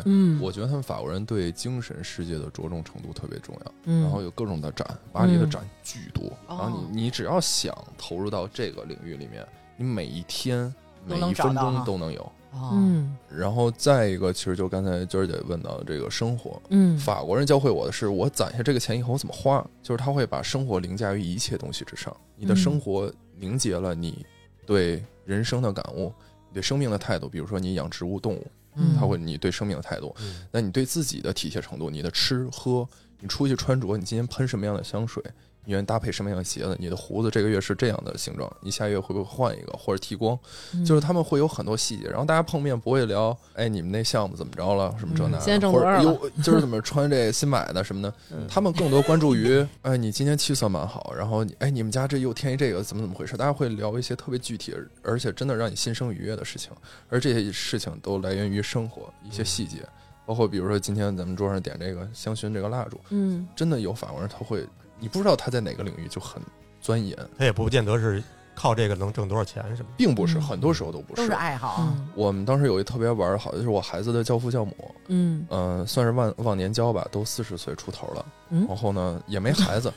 嗯，我觉得他们法国人对精神世界的着重程度特别重要，嗯然后有各种的展，巴黎的嗯展巨多，哦然后你你只要想投入到这个领域里面，你每一天都每能一找分到钟哈都能有。哦嗯然后再一个，其实就刚才娟儿姐问到的这个生活，嗯法国人教会我的是，我攒下这个钱以后我怎么花，就是他会把生活凌驾于一切东西之上。你的嗯生活凝结了你对人生的感悟，你对生命的态度，比如说你养植物、动物，嗯他会你对生命的态度，嗯那你对自己的体贴程度，你的吃喝，你出去穿着，你今天喷什么样的香水，你愿意搭配什么样的鞋子，你的胡子这个月是这样的形状，你下月会不会换一个或者剃光？嗯就是他们会有很多细节，然后大家碰面不会聊，哎，你们那项目怎么着了，什么这那的，嗯现在挣或多少者了嗯哟，今儿怎么穿这新买的什 么的，他们更多关注于，哎，你今天气色蛮好，然后你，哎，你们家这又添一这个，怎么怎么回事？大家会聊一些特别具体，而且真的让你心生愉悦的事情，而这些事情都来源于生活一些嗯细节，包括比如说今天咱们桌上点这个香薰这个蜡烛，嗯真的有法国人他会，你不知道他在哪个领域就很钻研，他也不见得是靠这个能挣多少钱什么并不是嗯很多时候都不都是爱好啊。嗯我们当时有一特别玩儿好的，就是我孩子的教父教母，嗯嗯、算是忘忘年交吧，都四十岁出头了，嗯然后呢也没孩子，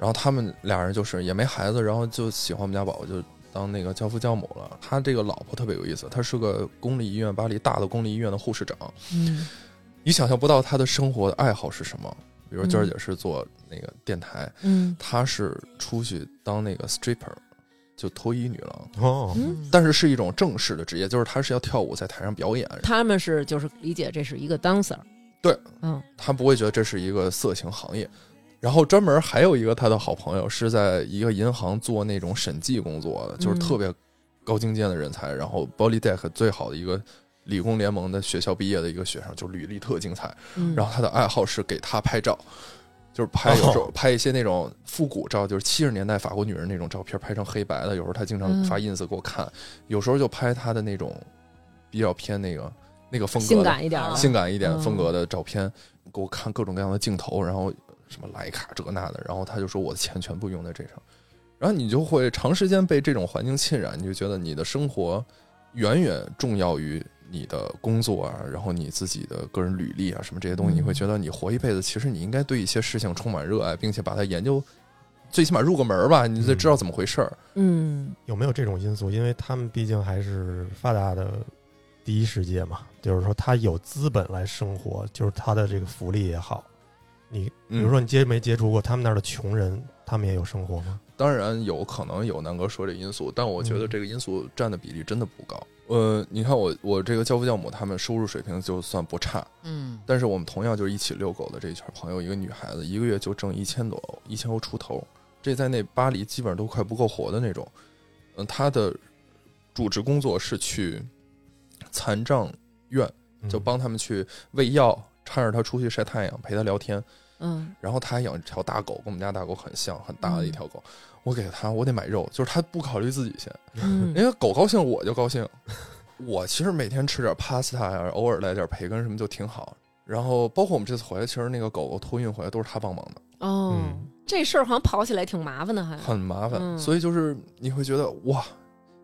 然后他们俩人就是也没孩子，然后就喜欢我们家宝宝，就当那个教父教母了。他这个老婆特别有意思，她是个公立医院，巴黎大的公立医院的护士长，嗯你想象不到她的生活的爱好是什么，比如嗯娟儿姐是做那个电台，嗯她是出去当那个 stripper，就脱衣女郎。的。嗯哦，但是是一种正式的职业，就是她是要跳舞在台上表演，他们是就是理解这是一个 dancer，对，嗯他不会觉得这是一个色情行业。然后专门还有一个他的好朋友是在一个银行做那种审计工作的，就是嗯特别高精尖的人才。然后 Polytech 最好的一个理工联盟的学校毕业的一个学生，就履历特精彩。嗯然后他的爱好是给他拍照，就是拍有时候拍一些那种复古照，就是七十年代法国女人那种照片，拍成黑白的。有时候他经常嗯发 ins 给我看，有时候就拍他的那种比较偏那个那个风格的性感一点的，性感一点嗯风格的照片，给我看各种各样的镜头，然后什么徕卡这那的，然后他就说我的钱全部用在这上，然后你就会长时间被这种环境浸染，你就觉得你的生活远远重要于你的工作啊，然后你自己的个人履历啊什么这些东西，嗯你会觉得你活一辈子，其实你应该对一些事情充满热爱，并且把它研究，最起码入个门儿吧，你得知道怎么回事儿。嗯，有没有这种因素？因为他们毕竟还是发达的第一世界嘛，就是说他有资本来生活，就是他的这个福利也好。你比嗯如说，你接没接触过他们那儿的穷人，他们也有生活吗？当然有可能有南哥说这因素，但我觉得嗯这个因素占的比例真的不高。呃，你看我我这个教父教母他们收入水平就算不差，嗯，但是我们同样就是一起遛狗的这一圈朋友，一个女孩子一个月就挣一千多欧，一千欧出头，这在那巴黎基本上都快不够活的那种。嗯、她的主职工作是去残障院，嗯就帮他们去喂药，搀着她出去晒太阳，陪她聊天。嗯然后他还养一条大狗，跟我们家大狗很像，很大的一条狗。我给他，我得买肉，就是他不考虑自己先，嗯 因为狗高兴我就高兴。我其实每天吃点 pasta 呀，偶尔来点培根什么就挺好。然后包括我们这次回来，其实那个狗狗托运回来都是他帮忙的，哦，嗯这事儿好像跑起来挺麻烦的，还很麻烦。嗯所以就是你会觉得哇，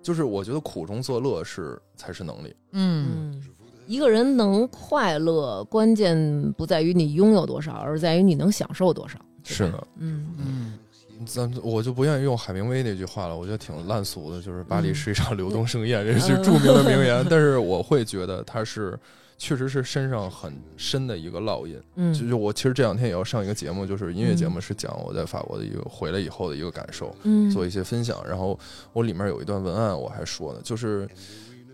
就是我觉得苦中作乐是才是能力。嗯，嗯，一个人能快乐，关键不在于你拥有多少，而在于你能享受多少。对吧是的，嗯咱我就不愿意用海明威那句话了，我觉得挺烂俗的，就是巴黎嗯是一场流动盛 宴，这是著名的名言。但是我会觉得它是，确实是身上很深的一个烙印。嗯，就是我其实这两天也要上一个节目，就是音乐节目，是讲我在法国的一个回来以后的一个感受，嗯做一些分享。然后我里面有一段文案，我还说呢，就是。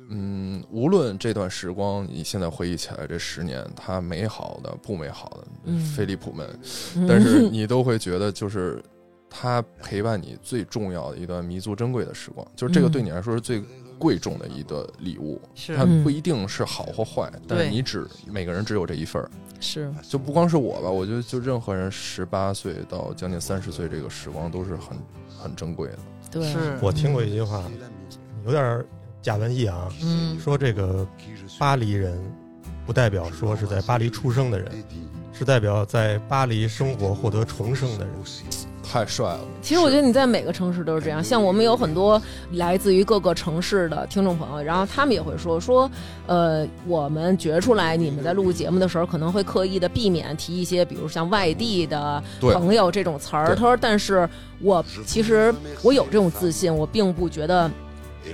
嗯，无论这段时光，你现在回忆起来这十年，它美好的、不美好的，嗯飞利浦们，嗯但 是你都会觉得，就是他陪伴你最重要的一段弥足珍贵的时光，就是这个嗯对你来说是最贵重的一个礼物。是它嗯不一定是好或坏，但是你只每个人只有这一份儿。是就不光是我吧，我觉得就任何人十八岁到将近三十岁这个时光都是很很珍贵的。对是我听过一句话，有点儿假文艺啊，嗯说这个巴黎人不代表说是在巴黎出生的人，是代表在巴黎生活获得重生的人。太帅了，嗯其实我觉得你在每个城市都是这样，像我们有很多来自于各个城市的听众朋友，然后他们也会说说，呃，我们觉出来你们在录节目的时候可能会刻意的避免提一些，比如像外地的对朋友这种词儿。对他说，但是我其实我有这种自信，我并不觉得。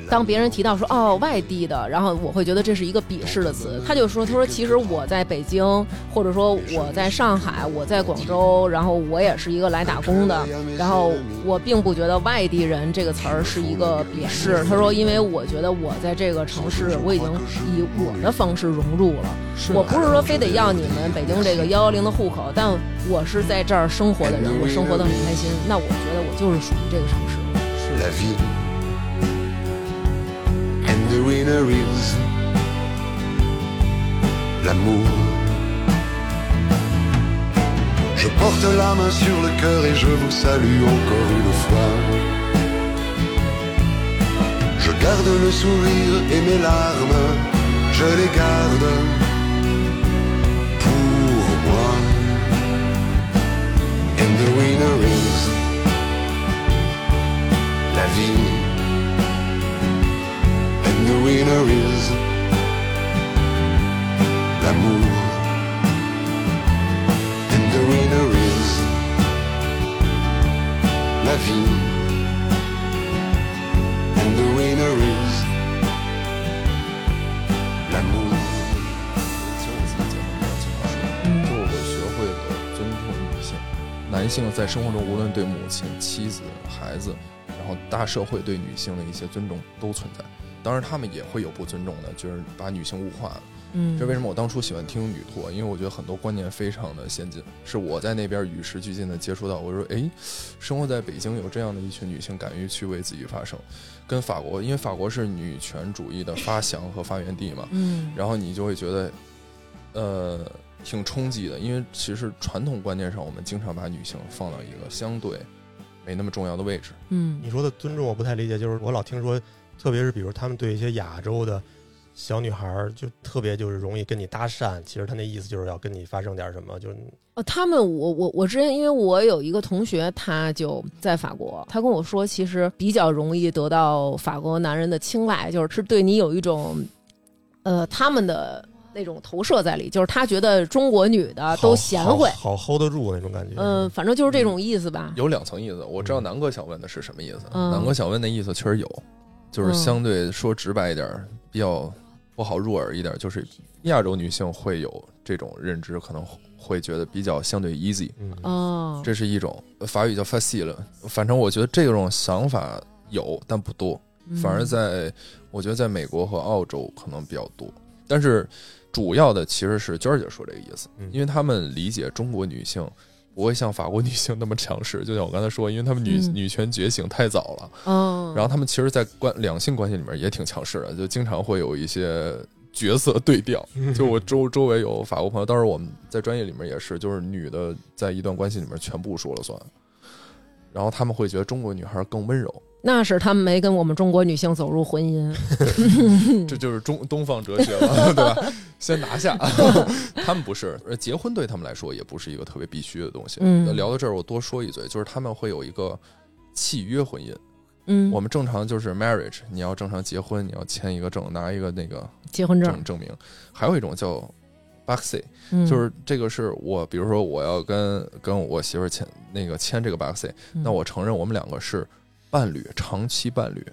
当别人提到说哦外地的，然后我会觉得这是一个鄙视的词。他就说，他说其实我在北京，或者说我在上海，我在广州，然后我也是一个来打工的，然后我并不觉得外地人这个词儿是一个鄙视。他说，因为我觉得我在这个城市，我已经以我的方式融入了。是我不是说非得要你们北京这个幺幺零的哎户口，但我是在这儿生活的人，我生活的很开心。那我觉得我就是属于这个城市。 la vie. And the winner is l'amour. Je porte la main sur le cœur et je vous salue encore une fois. Je garde le sourire et mes larmes, je les garde pour moi. And the winner is la vie. And the winner is l'amour. And the winner is la vie. And the winner is l'amour. 其实我自己节目里面经常说，就是嗯我学会了尊重女性。男性在生活中，无论对母亲、妻子、孩子，然后大社会对女性的一些尊重都存在。当然，他们也会有不尊重的，就是把女性物化了。嗯这为什么我当初喜欢听女拓，因为我觉得很多观念非常的先进，是我在那边与时俱进的接触到。我说，诶，生活在北京有这样的一群女性，敢于去为自己发声，跟法国，因为法国是女权主义的发祥和发源地嘛，嗯然后你就会觉得，呃，挺冲击的，因为其实传统观念上，我们经常把女性放到一个相对没那么重要的位置。嗯你说的尊重我不太理解，就是我老听说，特别是比如他们对一些亚洲的小女孩儿，就特别就是容易跟你搭讪，其实他那意思就是要跟你发生点什么，就是哦，他们我我我之前因为我有一个同学，他就在法国，他跟我说，其实比较容易得到法国男人的青睐，就是是对你有一种，呃，他们的那种投射在里，就是他觉得中国女的好都贤惠，好好 hold 得住那种感觉。嗯、反正就是这种意思吧。有两层意思，我知道南哥想问的是什么意思。嗯南哥想问的意思确实有，就是嗯相对说直白一点儿，比较不好入耳一点儿，就是亚洲女性会有这种认知，可能会觉得比较相对 easy，嗯，哦，这是一种呃法语叫 facile。反正我觉得这种想法有，但不多。反而在我觉得在美国和澳洲可能比较多，但是主要的其实是娟儿姐说这个意思嗯，因为他们理解中国女性。不会像法国女性那么强势，就像我刚才说，因为他们女、嗯女权觉醒太早了，嗯，然后他们其实，在关两性关系里面也挺强势的，就经常会有一些角色对调。就我周周围有法国朋友，当时我们在专业里面也是，就是女的在一段关系里面全部说了算，然后他们会觉得中国女孩更温柔，那是他们没跟我们中国女性走入 婚姻。嗯这就是中东方哲学 嘛，对吧？先拿下，他们不是呃结婚，对他们来说也不是一个特别必须的东西。嗯聊到这儿，我多说一嘴，就是他们会有一个契约婚姻。嗯，我们正常就是 marriage，你要正常结婚，你要签一个证，拿一个那个结婚证证，证明。还有一种叫 boxy，嗯就是这个是我，比如说我要跟跟我媳妇儿签那个签这个 boxy，嗯那我承认我们两个是伴侣，长期伴侣，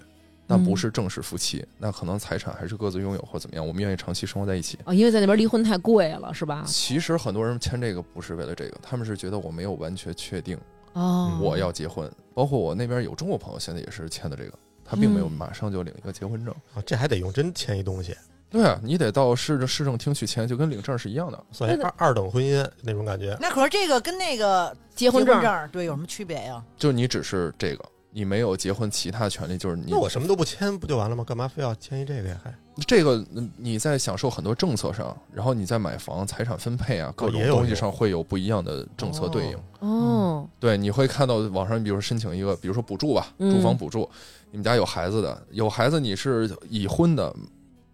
那嗯不是正式夫妻，那可能财产还是各自拥有或怎么样，我们愿意长期生活在一起。哦，因为在那边离婚太贵了，是吧？其实很多人签这个不是为了这个，他们是觉得我没有完全确定哦，我要结婚，包括我那边有中国朋友现在也是签的这个，他并没嗯有马上就领一个结婚证，啊这还得用真签一东西，对啊，你得到市政市政厅去签，就跟领证是一样的。算一对二二等婚姻那种感觉。那可是这个跟那个结婚证证，儿对有什么区别呀？就你只是这个，你没有结婚其他权利，就是你那我什么都不签不就完了吗？干嘛非要签一这个呀？还这个嗯你在享受很多政策上，然后你在买房、财产分配啊各种哦也有东西这上会有不一样的政策对应。哦哦，对，你会看到网上，比如说申请一个，比如说补助吧，嗯住房补助，你们家有孩子的，有孩子你是已婚的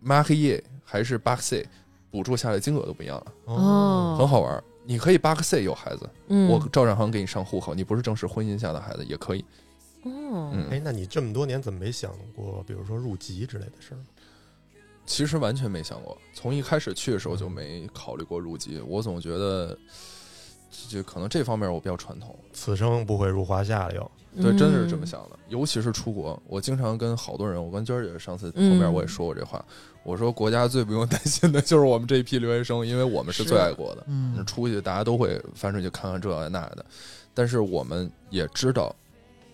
m a r i e 还是 b a x i 补助下来金额都不一样了，哦，嗯很好玩儿。你可以 b a x i 有孩子，嗯，我照样行给你上户口，你不是正式婚姻下的孩子也可以。哦，嗯，哎，那你这么多年怎么没想过，比如说入籍之类的事儿？其实完全没想过，从一开始去的时候就没考虑过入籍。我总觉得，就可能这方面我比较传统，此生不会入华夏了哦又。对，真的是嗯这么。想的。尤其是出国，我经常跟好多人，我跟娟儿姐上次碰面嗯我也说过这话，我说国家最不用担心的就是我们这一批留学生，因为我们是最爱国的。嗯，出去大家都会翻出去看看这那的，但是我们也知道，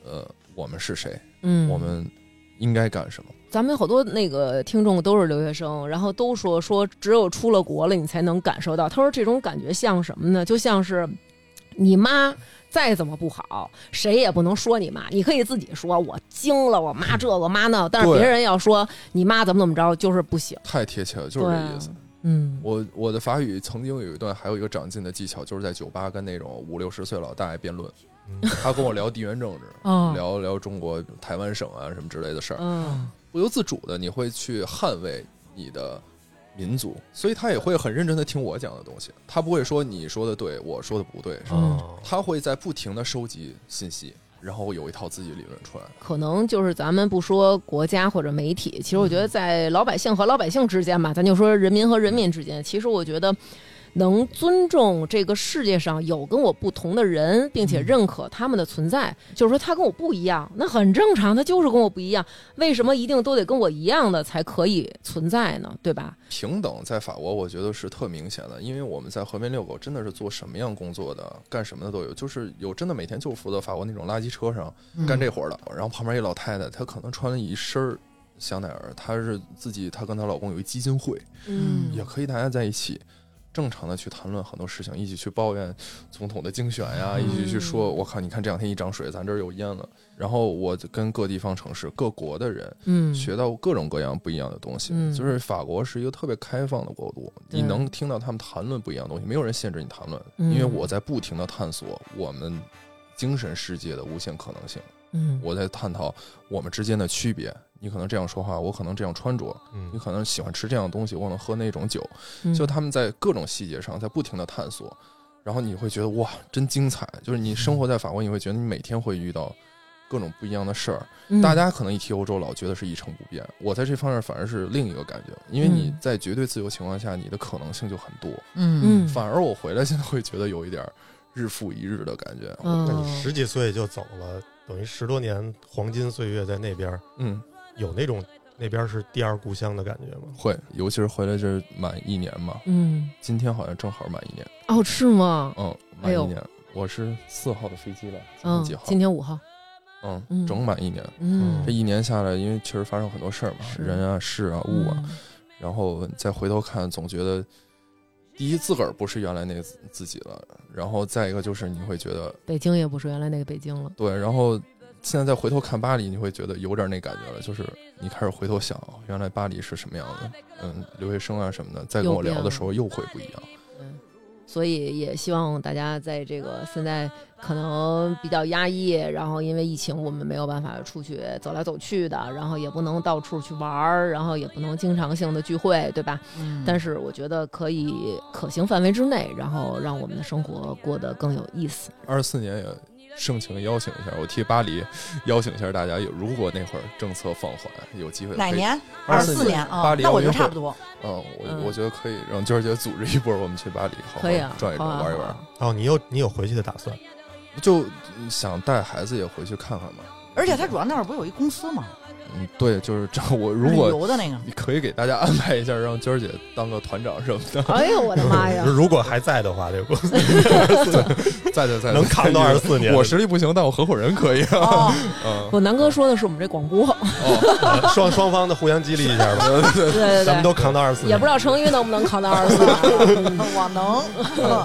呃，我们是谁，嗯，我们应该干什么。咱们有好多那个听众都是留学生，然后都说说只有出了国了，你才能感受到。他说这种感觉像什么呢？就像是你妈。再怎么不好，谁也不能说你妈。你可以自己说，我惊了，我妈这我妈那，但是对别人要说你妈怎么怎么着，就是不行。太贴切了，就是这对意思。嗯，我我的法语曾经有一段还有一个长进的技巧，就是在酒吧跟那种五六十岁老大爷辩论， 他跟我聊地缘政治，哦，聊聊中国台湾省啊什么之类的事儿，嗯，不由自主的你会去捍卫你的民族，所以他也会很认真的听我讲的东西，他不会说你说的对，我说的不对，是吧嗯哦他会在不停的收集信息，然后有一套自己理论出来。可能就是咱们不说国家或者媒体，其实我觉嗯得在老百姓和老百姓之间吧，咱就说人民和人民之间，其实我觉得能尊重这个世界上有跟我不同的人，并且认可他们的存在，就是说他跟我不一样，那很正常，他就是跟我不一样，为什么一定都得跟我一样的才可以存在嗯呢？对吧？平等在法国，我觉得是特明显的，因为我们在河边遛狗，真的是做什么样工作的、干什么的都有，就是有真的每天就负责法国那种垃圾车上干这活儿的，然后旁边一老太太，她可能穿了一身儿香奈儿，她是自己，她跟她老公有一基金会，嗯也可以大家在一起正常的去谈论很多事情，一起去抱怨总统的竞选呀，一起去说我靠，你看这两天一涨水，咱这儿有淹了。然后我就跟各地方城市、各国的人嗯，学到各种各样不一样的东西。嗯就是法国是一个特别开放的国度，对你能听到他们谈论不一样的东西，没有人限制你谈论，嗯因为我在不停的探索我们精神世界的无限可能性。嗯我在探讨我们之间的区别。你可能这样说话，我可能这样穿着；嗯，你可能喜欢吃这样的东西，我可能喝那种酒。嗯就他们在各种细节上在不停的探索，然后你会觉得哇，真精彩！就是你生活在法国，你会觉得你每天会遇到各种不一样的事儿。嗯嗯大家可能一提欧洲，老觉得是一成不变。我在这方面反而是另一个感觉，因为你嗯在绝对自由情况下，你的可能性就很多。嗯，反而我回来现在会觉得有一点儿日复一日的感觉。嗯那你十几岁就走了，等于十多年黄金岁月在那边，嗯，有那种那边是第二故乡的感觉吗？会，尤其是回来这满一年嘛，嗯，今天好像正好满一年。哦，是吗？嗯，哎满呦一年，我是四号的飞机来，今天嗯几号，？今天五号，嗯，嗯整满一年。嗯这，一年下来，因为确实发生很多事儿嘛，是人啊、事啊、物嗯啊，然后再回头看，总觉得第一自个儿不是原来那个自自己了，然后再一个就是你会觉得北京也不是原来那个北京了，对，然后现在再回头看巴黎，你会觉得有点那感觉了，就是你开始回头想，原来巴黎是什么样的，嗯，留学生啊什么的，再跟又我聊变的了时候又会不一样。嗯所以也希望大家在这个现在可能比较压抑，然后因为疫情我们没有办法出去走来走去的，然后也不能到处去玩儿，然后也不能经常性的聚会，对吧？嗯但是我觉得可以可行范围之内，然后让我们的生活过得更有意思。二十四年也盛情邀请一下，我替巴黎邀请一下大家，有如果那会儿政策放缓，有机会哪可以年？二十24四年啊巴，黎那奥我运就会差不多。嗯，嗯我我觉得可以让娟儿姐组织一波，我们去巴黎好好可以啊，转一好转，啊玩一，玩好。啊哦，你有你有回去的打算？就想带孩子也回去看看嘛。而且他主要那会儿不是有一公司吗？嗯，对，就是这样。我如旅果游的 那个，你可以给大家安排一下，让娟儿姐当个团长什么的，哎呦我的妈呀！ 如果还在的话，这个公司在在在，能扛到在二十四年。 我实力不行，但我合伙人可以。哦， 嗯，我南哥说的是我们这广播，哦，呃双双方的互相激励一下吧， 对对咱们对，都扛到二十四也年不知。道成昱能不能扛到二十四。我 能。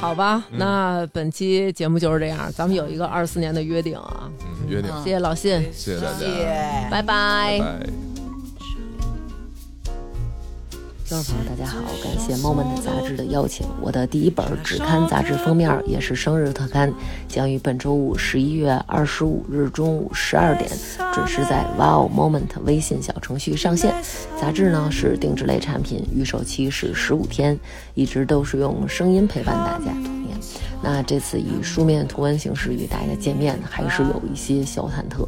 好吧，嗯那本期节目就是这样，咱们有一个二四年的约定啊。嗯，约定，谢谢老信，谢谢大家，耶。拜拜拜。拜。听众朋友，大家好，感谢《猫们的杂志》的邀请。我的第一本纸刊杂志封面也是生日特刊，将于本周五十一月二十五日中午十二点准时在 Wow Moment 微信小程序上线。杂志呢是定制类产品，预售期是十五天，一直都是用声音陪伴大家。Yeah 那这次以书面图文形式与大家见面，还是有一些小忐忑。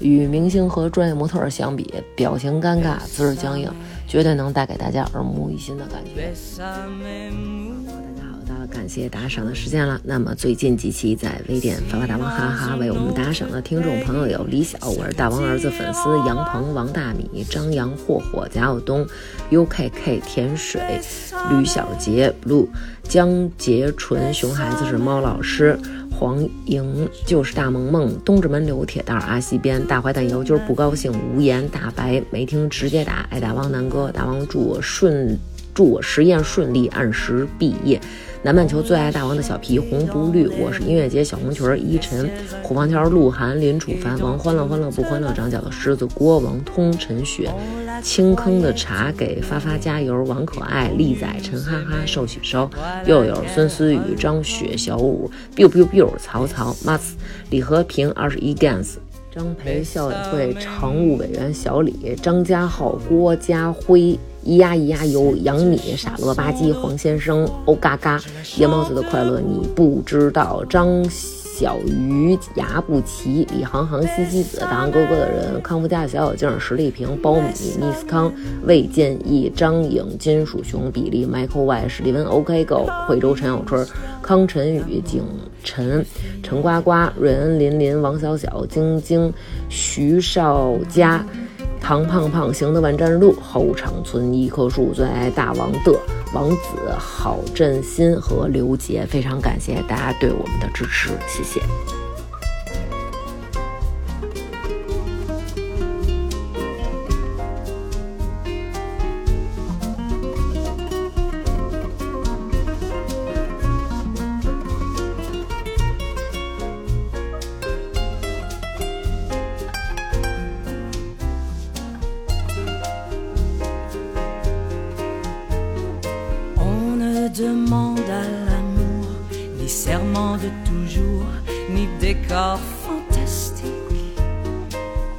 与明星和专业模特儿相比，表情尴尬，姿势僵硬，绝对能带给大家耳目一新的感觉。大家好，到了感谢打赏的时间了。那么最近几期在微店发发大王哈哈为我们打赏的听众朋友有李晓，我是大王儿子粉丝，杨鹏、王大米、张扬、霍霍、贾晓东、UKK、甜水、吕小杰、blue、江杰纯、熊孩子是猫老师。黄莹就是大萌萌，东直门刘铁蛋儿阿西边大坏蛋姚军不高兴，无言大白没听直接打，爱大王南哥大王祝我顺祝我实验顺利，按时毕业。南半球最爱大王的小皮红不绿，我是音乐节小红裙儿依晨，虎坊桥鹿晗林楚凡王欢乐欢乐不欢乐长脚的狮子郭王通陈雪，青坑的茶给发发加油王可爱丽仔陈哈哈寿喜烧又有孙思雨张雪小五 biu biu biu 曹操 mas 李和平二十一 dance。张培校委会常务委员小李、张家浩、郭家辉、咿呀咿呀油、杨米、傻乐吧唧、黄先生、欧嘎嘎、夜猫子的快乐你不知道、张小鱼、牙不齐、李航航、西西子、大王哥哥的人、康夫家的小小静、实力平、苞米、Miss 康、魏建义、张颖、金属熊、比利、Michael Y、史蒂文、OK Go、惠州陈小春、康晨宇、景晨、陈呱呱、瑞恩、林林、王小小、晶晶、徐少佳。唐胖胖行得万站路，后场村一棵树最爱大王的王子郝振新和刘杰，非常感谢大家对我们的支持，谢谢。 J'ai décor fantastique.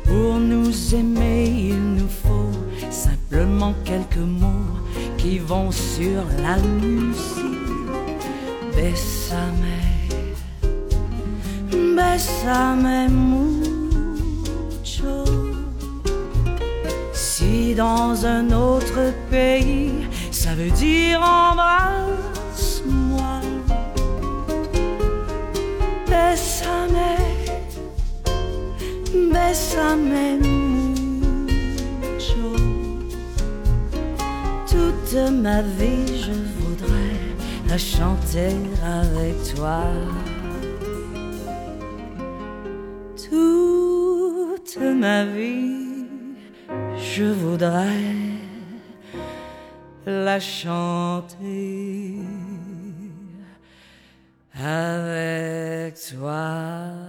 Pour nous aimer, il nous faut simplement quelques mots qui vont sur la musique. Bésame, bésame mucho. Si dans un autre pays, ça veut dire embrasse-moi. Bésame, bésame mucho. Toute ma vie, je voudrais la chanter avec toi. Toute ma vie, je voudrais la chanter avec toi.